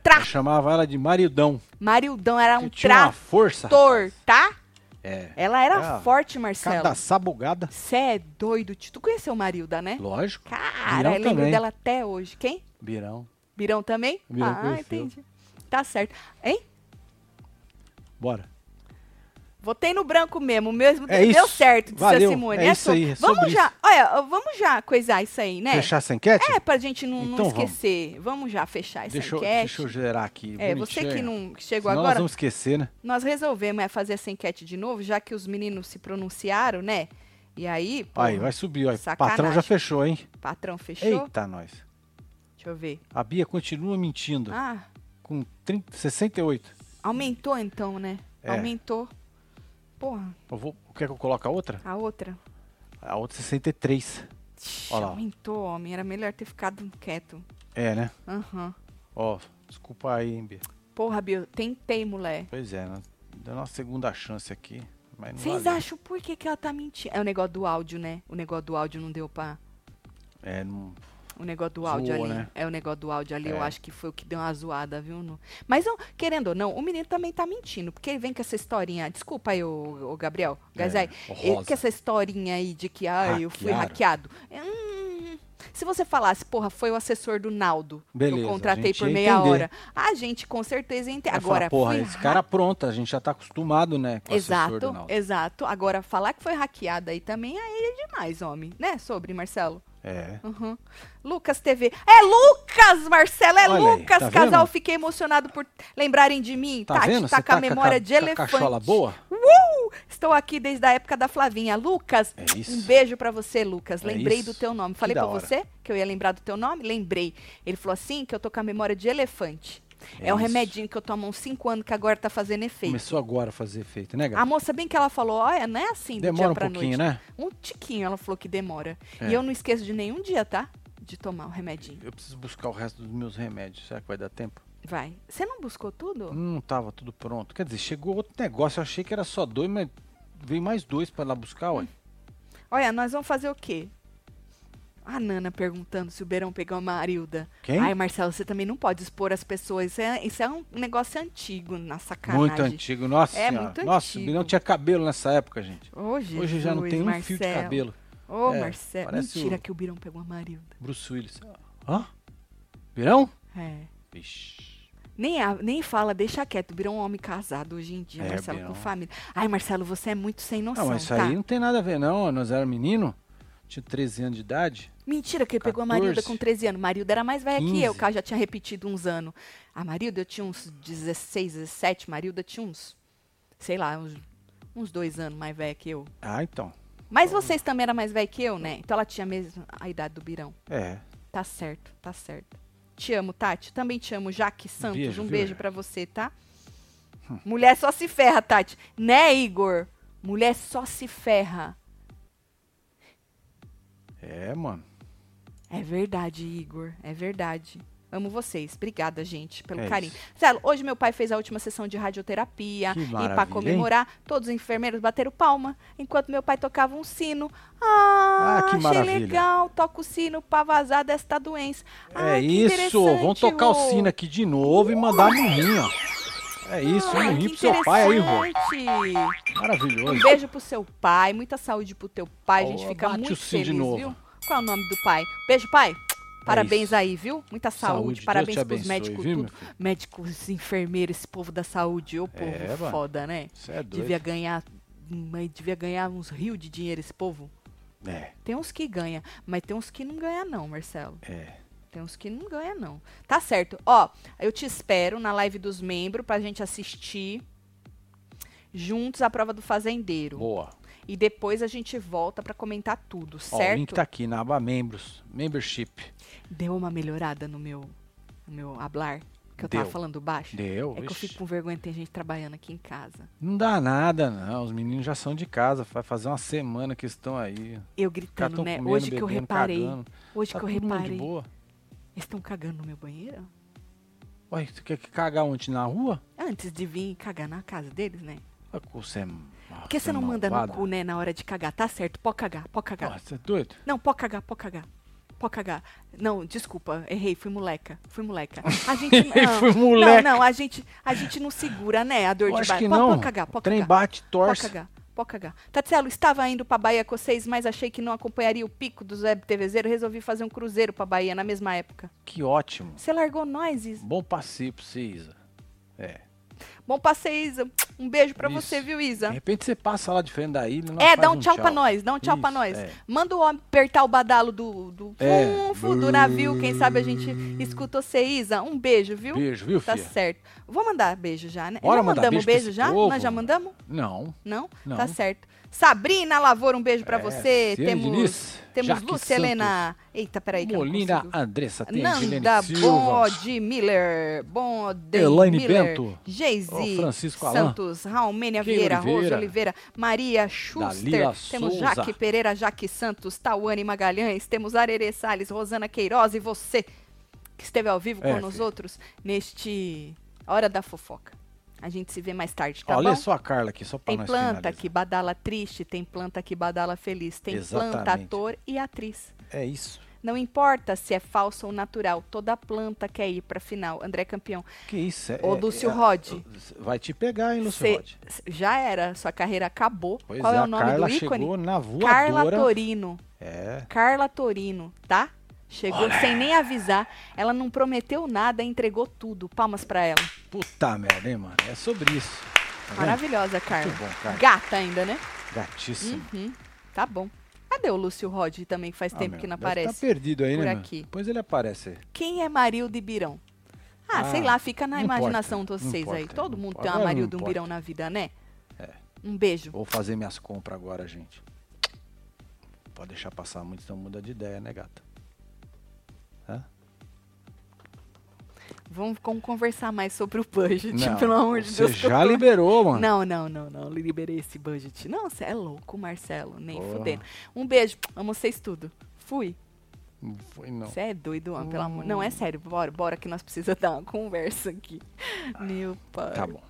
B: Tra-
A: Eu chamava ela de maridão.
B: Maridão era
A: que
B: um
A: tinha uma força.
B: trator, tá?
A: É.
B: Ela era
A: Era
B: forte, Marcelo.
A: Cada sabugada.
B: Cê é doido, tio. Tu conheceu Marilda, né?
A: Lógico.
B: Cara,
A: Birão
B: eu lembro
A: também.
B: dela até hoje. Quem?
A: Birão.
B: Birão também?
A: O Birão
B: ah,
A: conheceu.
B: entendi. Tá certo. Hein?
A: Bora.
B: Votei no branco mesmo, mesmo
A: É
B: deu
A: isso.
B: certo, disse
A: Valeu,
B: a Simone.
A: é
B: né,
A: isso
B: Sô?
A: aí, é
B: vamos
A: sobre
B: já,
A: isso.
B: olha, vamos já coisar isso aí, né?
A: Fechar essa enquete?
B: É, pra gente não, não
A: Então vamos.
B: esquecer. Vamos. já fechar essa
A: deixa, eu,
B: enquete.
A: deixa eu gerar aqui.
B: é, você que
A: bonitinho.
B: não que chegou
A: Senão Nós
B: agora,
A: vamos esquecer, né?
B: nós resolvemos é, fazer essa enquete de novo, já que os meninos se pronunciaram, né? E aí, pô,
A: Aí, vai subir, ó. O
B: Sacanagem.
A: patrão já fechou, hein?
B: patrão fechou.
A: Eita, nós.
B: Deixa eu ver.
A: A Bia continua mentindo.
B: Ah,
A: Com 30, 68.
B: aumentou então, né?
A: É.
B: Aumentou. Porra,
A: Eu vou, quer que eu coloque a outra?
B: a outra.
A: A outra 63.
B: Tch,
A: Ó lá.
B: aumentou, homem. Era melhor ter ficado quieto.
A: É, né?
B: Aham.
A: Ó, desculpa aí, hein, Bia.
B: Porra, Bill, tentei, mulher.
A: Pois é, né? Deu uma segunda chance aqui. Mas não
B: Vocês
A: valeu.
B: acham por que, que ela tá mentindo? É o negócio do áudio, né? O negócio do áudio não deu pra.
A: É, não.
B: O negócio do áudio
A: Zoou,
B: ali.
A: né?
B: É o negócio do áudio ali, eu
A: É.
B: acho que foi o que deu uma zoada, viu? No- Mas, ó, querendo ou não, o menino também tá mentindo. Porque ele vem com essa historinha. Desculpa aí, ô, ô Gabriel. Gazai.
A: o
B: ele
A: É, Rosa.
B: com essa historinha aí de que, ah, eu fui hackeado.
A: Hackearam.
B: Hum, se você falasse, porra, foi o assessor do Naldo. que
A: Beleza,
B: eu
A: a
B: contratei
A: gente
B: por
A: ia
B: meia
A: entender.
B: hora. A gente com certeza ia entender.
A: Vai
B: Agora,
A: falar, porra,
B: fui
A: esse cara pronta, a gente já tá acostumado, né? Com o assessor do
B: Exato,
A: Naldo.
B: exato. Agora, falar que foi hackeada aí também, aí é demais, homem. Né, sobre, Marcelo?
A: É.
B: Uhum. Lucas TV. É Lucas, Marcelo, é
A: Olha aí,
B: Lucas,
A: tá
B: casal.
A: vendo?
B: Fiquei emocionado por lembrarem de mim.
A: Tá
B: Tati
A: vendo?
B: tá com
A: Você
B: a
A: tá com a
B: memória
A: ca-
B: de
A: com a
B: elefante.
A: cachola boa?
B: Uh! Estou aqui desde a época da Flavinha. Lucas,
A: É isso.
B: um beijo pra você, Lucas.
A: É
B: Lembrei
A: isso.
B: do teu nome.
A: Que
B: Falei
A: da
B: pra
A: hora.
B: você que eu ia lembrar do teu nome? Lembrei. Ele falou assim que eu tô com a memória de elefante. É,
A: É
B: um
A: isso.
B: remedinho que eu tomo há uns 5 anos que agora tá fazendo efeito.
A: Começou agora a fazer efeito, né,
B: A
A: galera?
B: moça bem que ela falou, olha, não é assim do dia
A: Demora um
B: pra
A: pouquinho,
B: noite.
A: né?
B: Um tiquinho ela falou que demora.
A: É.
B: E eu não esqueço de nenhum dia, tá? De tomar o remedinho.
A: Eu preciso buscar o resto dos meus remédios. Será que vai dar tempo?
B: Vai. Você não buscou tudo?
A: Não tava tudo pronto. Quer dizer, chegou outro negócio. Eu achei que era só dois, mas veio mais dois pra lá buscar, ué.
B: Olha, nós vamos fazer o quê? A Nana perguntando se o Beirão pegou a Marilda.
A: Quem?
B: Ai, Marcelo, você também não pode expor as pessoas. Isso é, isso é um negócio antigo na sacanagem.
A: Muito antigo, nossa
B: É
A: senhora.
B: muito
A: Nossa,
B: antigo.
A: o Bilhão tinha cabelo nessa época, gente.
B: Ô,
A: Hoje já não
B: Jesus,
A: tem um
B: Marcelo.
A: fio de cabelo.
B: Ô,
A: É,
B: Marcelo.
A: parece
B: Mentira
A: o-
B: que o Beirão pegou a Marilda.
A: Bruce Willis. Hã? Birão?
B: É.
A: Vixe.
B: Nem, a- nem fala, deixa quieto. Birão é um homem casado hoje em dia,
A: É,
B: Marcelo,
A: Birão.
B: com família. Ai, Marcelo, você é muito sem noção,
A: Não, mas isso
B: tá?
A: aí não tem nada a ver, não. Nós era menino, tinha 13 anos de idade.
B: Mentira, que ele pegou a Marilda
A: 14.
B: com 13 anos. Marilda era mais velha que eu,
A: 15.
B: que ela já tinha repetido uns anos. A Marilda, eu tinha uns 16, 17. Marilda tinha uns, sei lá, uns, uns dois anos mais velha que eu.
A: Ah, então.
B: Mas vocês também eram mais velha que eu, né? Então ela tinha mesmo a idade do Birão.
A: É.
B: Tá certo, tá certo. Te amo, Tati. Também te amo, Jaque Santos.
A: Beijo,
B: um
A: viu, Hum.
B: beijo
A: Jaque?
B: pra você, tá? Mulher só se ferra, Tati. Né, Igor? Mulher só se ferra.
A: É, mano.
B: É verdade, Igor. É verdade. Amo vocês. Obrigada, gente, pelo
A: É
B: carinho.
A: isso.
B: Marcelo, hoje meu pai fez a última sessão de radioterapia.
A: Que
B: e
A: maravilha,
B: para
A: hein?
B: comemorar, todos os enfermeiros bateram palma, enquanto meu pai tocava um sino. Ah,
A: Ah, que
B: achei
A: maravilha.
B: legal. Toca o sino pra vazar desta doença. Ah,
A: é
B: que
A: isso. Vamos
B: interessante,
A: tocar o
B: Rô.
A: sino aqui de novo e mandar murrinho, ó. É isso, um
B: Ai,
A: murrinho
B: Ah, que
A: pro seu pai aí, Rô.
B: interessante. Um
A: Maravilhoso.
B: beijo pro seu pai, muita saúde pro teu pai. A gente
A: Ó,
B: fica
A: bate
B: muito
A: o sim
B: feliz,
A: de novo. É
B: viu? Qual é o nome do pai? Beijo, pai. Parabéns
A: isso.
B: aí, viu? Muita saúde,
A: Saúde,
B: parabéns
A: Deus te
B: pros
A: abençoe,
B: médicos,
A: viu,
B: tudo.
A: meu filho?
B: Médicos, enfermeiros, esse povo da saúde, ô povo
A: É, mano.
B: foda, né?
A: Você é doido.
B: Devia ganhar, mas devia ganhar uns rios de dinheiro esse povo.
A: É,
B: Tem uns que ganha, mas tem uns que não ganha não, Marcelo.
A: é.
B: Tem uns que não ganha não. Tá certo. Ó, eu te espero na live dos membros pra gente assistir. juntos à prova do fazendeiro.
A: Boa.
B: E depois a gente volta pra comentar tudo,
A: Ó,
B: certo?
A: o link tá aqui na aba membros, membership.
B: Deu uma melhorada no meu, no meu hablar, que eu
A: Deu.
B: tava falando baixo.
A: Deu,
B: É que eu
A: vixe.
B: fico com vergonha que tem gente trabalhando aqui em casa.
A: Não dá nada, não. Os meninos já são de casa. Vai fazer uma semana que estão aí.
B: Eu
A: Cara,
B: gritando,
A: Tá tão
B: né?
A: comendo,
B: Hoje que eu
A: bebendo,
B: reparei.
A: cagando.
B: Hoje
A: Tá
B: que eu
A: todo mundo de
B: reparei.
A: boa.
B: Eles estão cagando no meu banheiro?
A: Ué, tu quer que cagar onde? Na rua?
B: Antes de vir cagar na casa deles, né?
A: Ué, cu, Você é
B: Por que você não manda no cu, né, na hora de cagar? Tá certo, pode cagar, pode cagar.
A: Nossa, você é doido?
B: Não, pode cagar, pode cagar. Pode cagar. Não, desculpa, errei, fui moleca. Fui moleca. A
A: [laughs]
B: gente não.
A: Fui moleca.
B: Não, não, a gente, a gente não segura, né? A dor
A: Eu
B: de
A: acho
B: barriga.
A: que
B: Pode-
A: não.
B: Pode cagar,
A: O
B: pode
A: trem
B: cagar.
A: bate,
B: Pode
A: torce.
B: cagar, pode cagar. Tatielo, estava indo pra Bahia com vocês, mas achei que não acompanharia o pico dos web TVzeiro. Resolvi fazer um cruzeiro pra Bahia na mesma época.
A: Que ótimo.
B: Você largou nós, Isa.
A: Bom passeio pra você, Isa.
B: Bom passeio, Isa. Um beijo pra
A: Isso.
B: você, viu,
A: De
B: Isa?
A: repente você passa lá de frente da ilha. nós
B: Tá. É,
A: faz
B: dá um tchau, pra nós, dá um tchau pra
A: Isso,
B: nós.
A: é.
B: Manda o homem apertar o badalo do, do
A: É.
B: funfo do navio, quem sabe a gente escuta você, Isa. Um beijo, viu?
A: Beijo, viu,
B: Tá
A: filha?
B: certo. Vou mandar beijo já, né?
A: Bora
B: já
A: mandar
B: mandamos
A: beijo pra
B: beijo,
A: esse
B: já?
A: povo,
B: Nós já
A: mano.
B: mandamos?
A: Não.
B: Não?
A: Não.
B: Tá certo. Sabrina Lavoura, um beijo pra
A: É,
B: você.
A: Ciane
B: temos
A: Diniz,
B: temos
A: Jaque
B: Lúcia Helena. Eita, peraí. que eu não
A: Molina,
B: consigo.
A: Andressa, tem
B: Nanda
A: Angelina Silva.
B: Bode Miller, Bode
A: Elaine
B: Miller,
A: Bento.
B: Geise,
A: Ó, Francisco Alan.
B: Santos, Raulmênia
A: Keila
B: Vieira, Rose
A: Oliveira.
B: Oliveira, Maria Schuster,
A: Dalila
B: temos
A: Souza.
B: Jaque Pereira, Jaque Santos, Tauane Magalhães, temos Arerê Salles, Rosana Queiroz e você, que esteve ao vivo
A: É,
B: com nós
A: filho.
B: outros neste Hora da Fofoca. A gente se vê mais tarde, tá
A: Olha
B: bom?
A: só a Carla aqui, só pra
B: Tem
A: nós
B: planta
A: finalizar.
B: que badala triste, tem planta que badala feliz, tem planta
A: Exatamente.
B: ator e atriz.
A: É isso.
B: Não importa se é falso ou natural, toda planta quer ir pra final. André campeão.
A: Que isso? É,
B: Ô,
A: é-
B: Lúcio
A: é-
B: Rod.
A: Vai te pegar, hein, Lúcio
B: Cê-
A: Rod?
B: cê- já era, sua carreira acabou.
A: Pois
B: Qual é,
A: é,
B: o nome
A: a Carla
B: do ícone?
A: chegou na voadora.
B: Carla Torino.
A: É.
B: Carla Torino, tá? Chegou sem nem avisar. Ela não prometeu nada, entregou tudo. Palmas pra ela.
A: Puta merda, hein, mano? É sobre isso. Tá vendo?
B: Maravilhosa, Carla.
A: Muito bom, Carla.
B: Gata ainda, né?
A: Gatíssimo.
B: Uhum. Tá bom. Cadê o Lúcio Rod também, que faz
A: Ah,
B: tempo
A: meu,
B: que não
A: deve
B: aparece?
A: Tá perdido aí,
B: Por
A: né?
B: aqui.
A: Meu? Depois ele aparece aí.
B: Quem é Marildo e Birão? Ah,
A: Ah,
B: sei lá, fica na
A: não
B: imaginação
A: importa,
B: de vocês
A: não
B: aí.
A: importa,
B: Todo
A: não
B: mundo
A: importa.
B: tem uma
A: Agora não
B: Marildo e um
A: importa. É.
B: Birão na vida, né? Um beijo.
A: Vou fazer minhas compras agora, gente. Pode deixar passar muito, então muda de ideia, né, gata?
B: Vamos con- conversar mais sobre o budget, [laughs]
A: Não,
B: pelo amor de
A: você
B: Deus. que eu
A: já
B: tô-
A: liberou, mano.
B: Não, não, não, não. Liberei esse budget. Não, você é louco, Marcelo. Nem
A: Porra.
B: fudendo. Um beijo. Amo vocês tudo. Fui.
A: Não foi, não.
B: Você é doido, homem, pelo amor.
A: Hum.
B: Não, é sério. Bora, bora que nós precisamos [laughs] dar uma conversa
A: Ah,
B: aqui. Meu pai.
A: Tá bom.